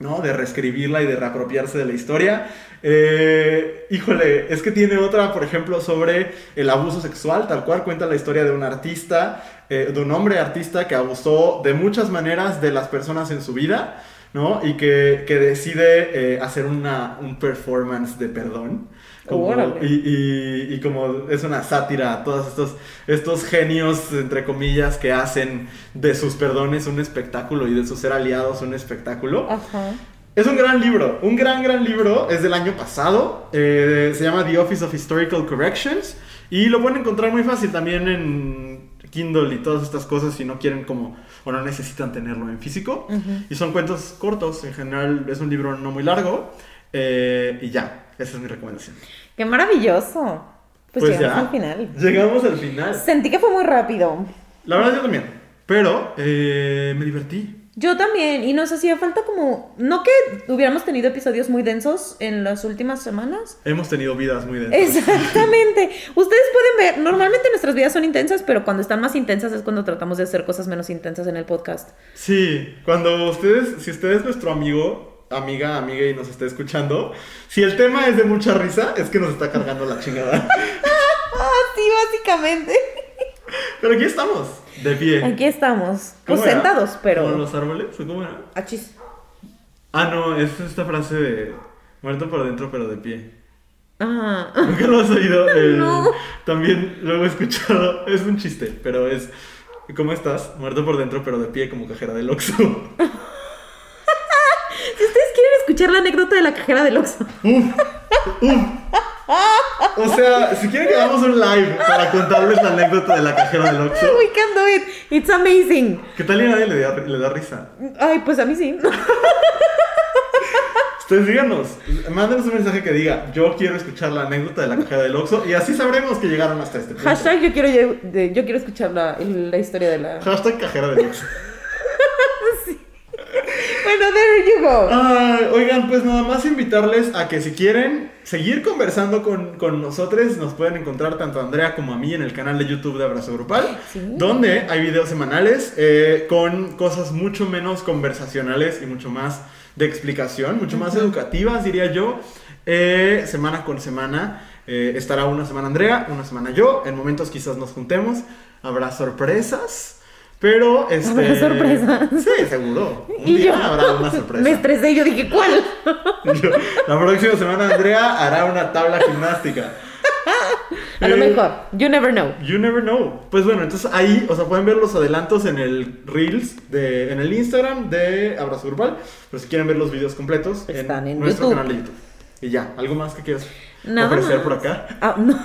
S2: ¿no? De reescribirla y de reapropiarse de la historia. Eh, híjole, es que tiene otra, por ejemplo, sobre el abuso sexual, tal cual cuenta la historia de un artista, eh, de un hombre artista que abusó de muchas maneras de las personas en su vida. ¿no? Y que, que decide eh, hacer una, un performance de perdón. Como-
S1: Órale.
S2: y, y- y como es una sátira a todos estos, estos genios, entre comillas, que hacen de sus perdones un espectáculo y de sus ser aliados un espectáculo.
S1: Ajá.
S2: Es un gran libro, un gran, gran libro. Es del año pasado. eh, se llama The Office of Historical Corrections. Y lo pueden encontrar muy fácil también en Kindle y todas estas cosas si no quieren como o no necesitan tenerlo en físico. Y son cuentos cortos. En general es un libro no muy largo. eh, y ya, esa es mi recomendación.
S1: Qué maravilloso. Pues, llegamos al final.
S2: Llegamos al final.
S1: Sentí que fue muy rápido.
S2: La verdad yo también. Pero eh, me divertí.
S1: Yo también, y nos hacía falta como, no que hubiéramos tenido episodios muy densos en las últimas semanas.
S2: Hemos tenido vidas muy densas.
S1: Exactamente. Ustedes pueden ver, normalmente nuestras vidas son intensas, pero cuando están más intensas es cuando tratamos de hacer cosas menos intensas en el podcast.
S2: Sí, cuando ustedes, si usted es nuestro amigo, amiga, amiga y nos está escuchando, si el tema es de mucha risa, es que nos está cargando la chingada.
S1: Ah, sí, básicamente.
S2: Pero aquí estamos, de pie.
S1: Aquí estamos, pues
S2: ¿Cómo era?
S1: sentados,
S2: ¿Como
S1: pero...
S2: los árboles? ¿O ¿Cómo era?
S1: Achis.
S2: Ah, no, es esta frase de muerto por dentro, pero de pie.
S1: Ah,
S2: Nunca lo has oído. Eh,
S1: No.
S2: También lo he escuchado. Es un chiste, pero es. ¿Cómo estás? Muerto por dentro, pero de pie como cajera del Oxxo.
S1: si ustedes quieren escuchar la anécdota de la cajera del Oxxo.
S2: O sea, si quieren que hagamos un live para contarles la anécdota de la cajera del Oxxo.
S1: We can do it. It's amazing.
S2: ¿Qué tal y a nadie le da, le da risa?
S1: Ay, pues a mí sí.
S2: Ustedes díganos, mándenos un mensaje que diga, yo quiero escuchar la anécdota de la cajera del Oxxo y así sabremos que llegaron hasta este punto.
S1: Hashtag yo quiero, lle- de- yo quiero escuchar la, la historia de la...
S2: Hashtag cajera del Oxxo.
S1: Bueno, there you go.
S2: Ah, oigan, pues nada más invitarles a que si quieren seguir conversando con, con nosotros, nos pueden encontrar tanto a Andrea como a mí en el canal de YouTube de Abrazo Grupal, donde hay videos semanales eh, con cosas mucho menos conversacionales y mucho más de explicación, mucho más educativas, diría yo, eh, semana con semana. Eh, estará una semana Andrea, una semana yo. En momentos quizás nos juntemos. Habrá sorpresas. Pero este.
S1: Habrá sorpresas.
S2: Sí, seguro. Un
S1: Y
S2: día
S1: yo
S2: habrá una sorpresa.
S1: me estresé, yo dije, ¿cuál?
S2: La próxima semana Andrea hará una tabla gimnástica.
S1: A lo
S2: Eh,
S1: mejor, you never know.
S2: You never know. Pues bueno, entonces ahí, o sea, pueden ver los adelantos en el Reels, de, en el Instagram de Abrazo Grupal. Pero si quieren ver los videos completos,
S1: Están en
S2: nuestro
S1: YouTube.
S2: canal de YouTube. Y ya, ¿algo más que quieras
S1: Nada
S2: ofrecer
S1: más.
S2: por acá?
S1: Ah, no.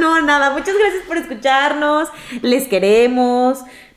S1: no, nada, muchas gracias por escucharnos, les queremos,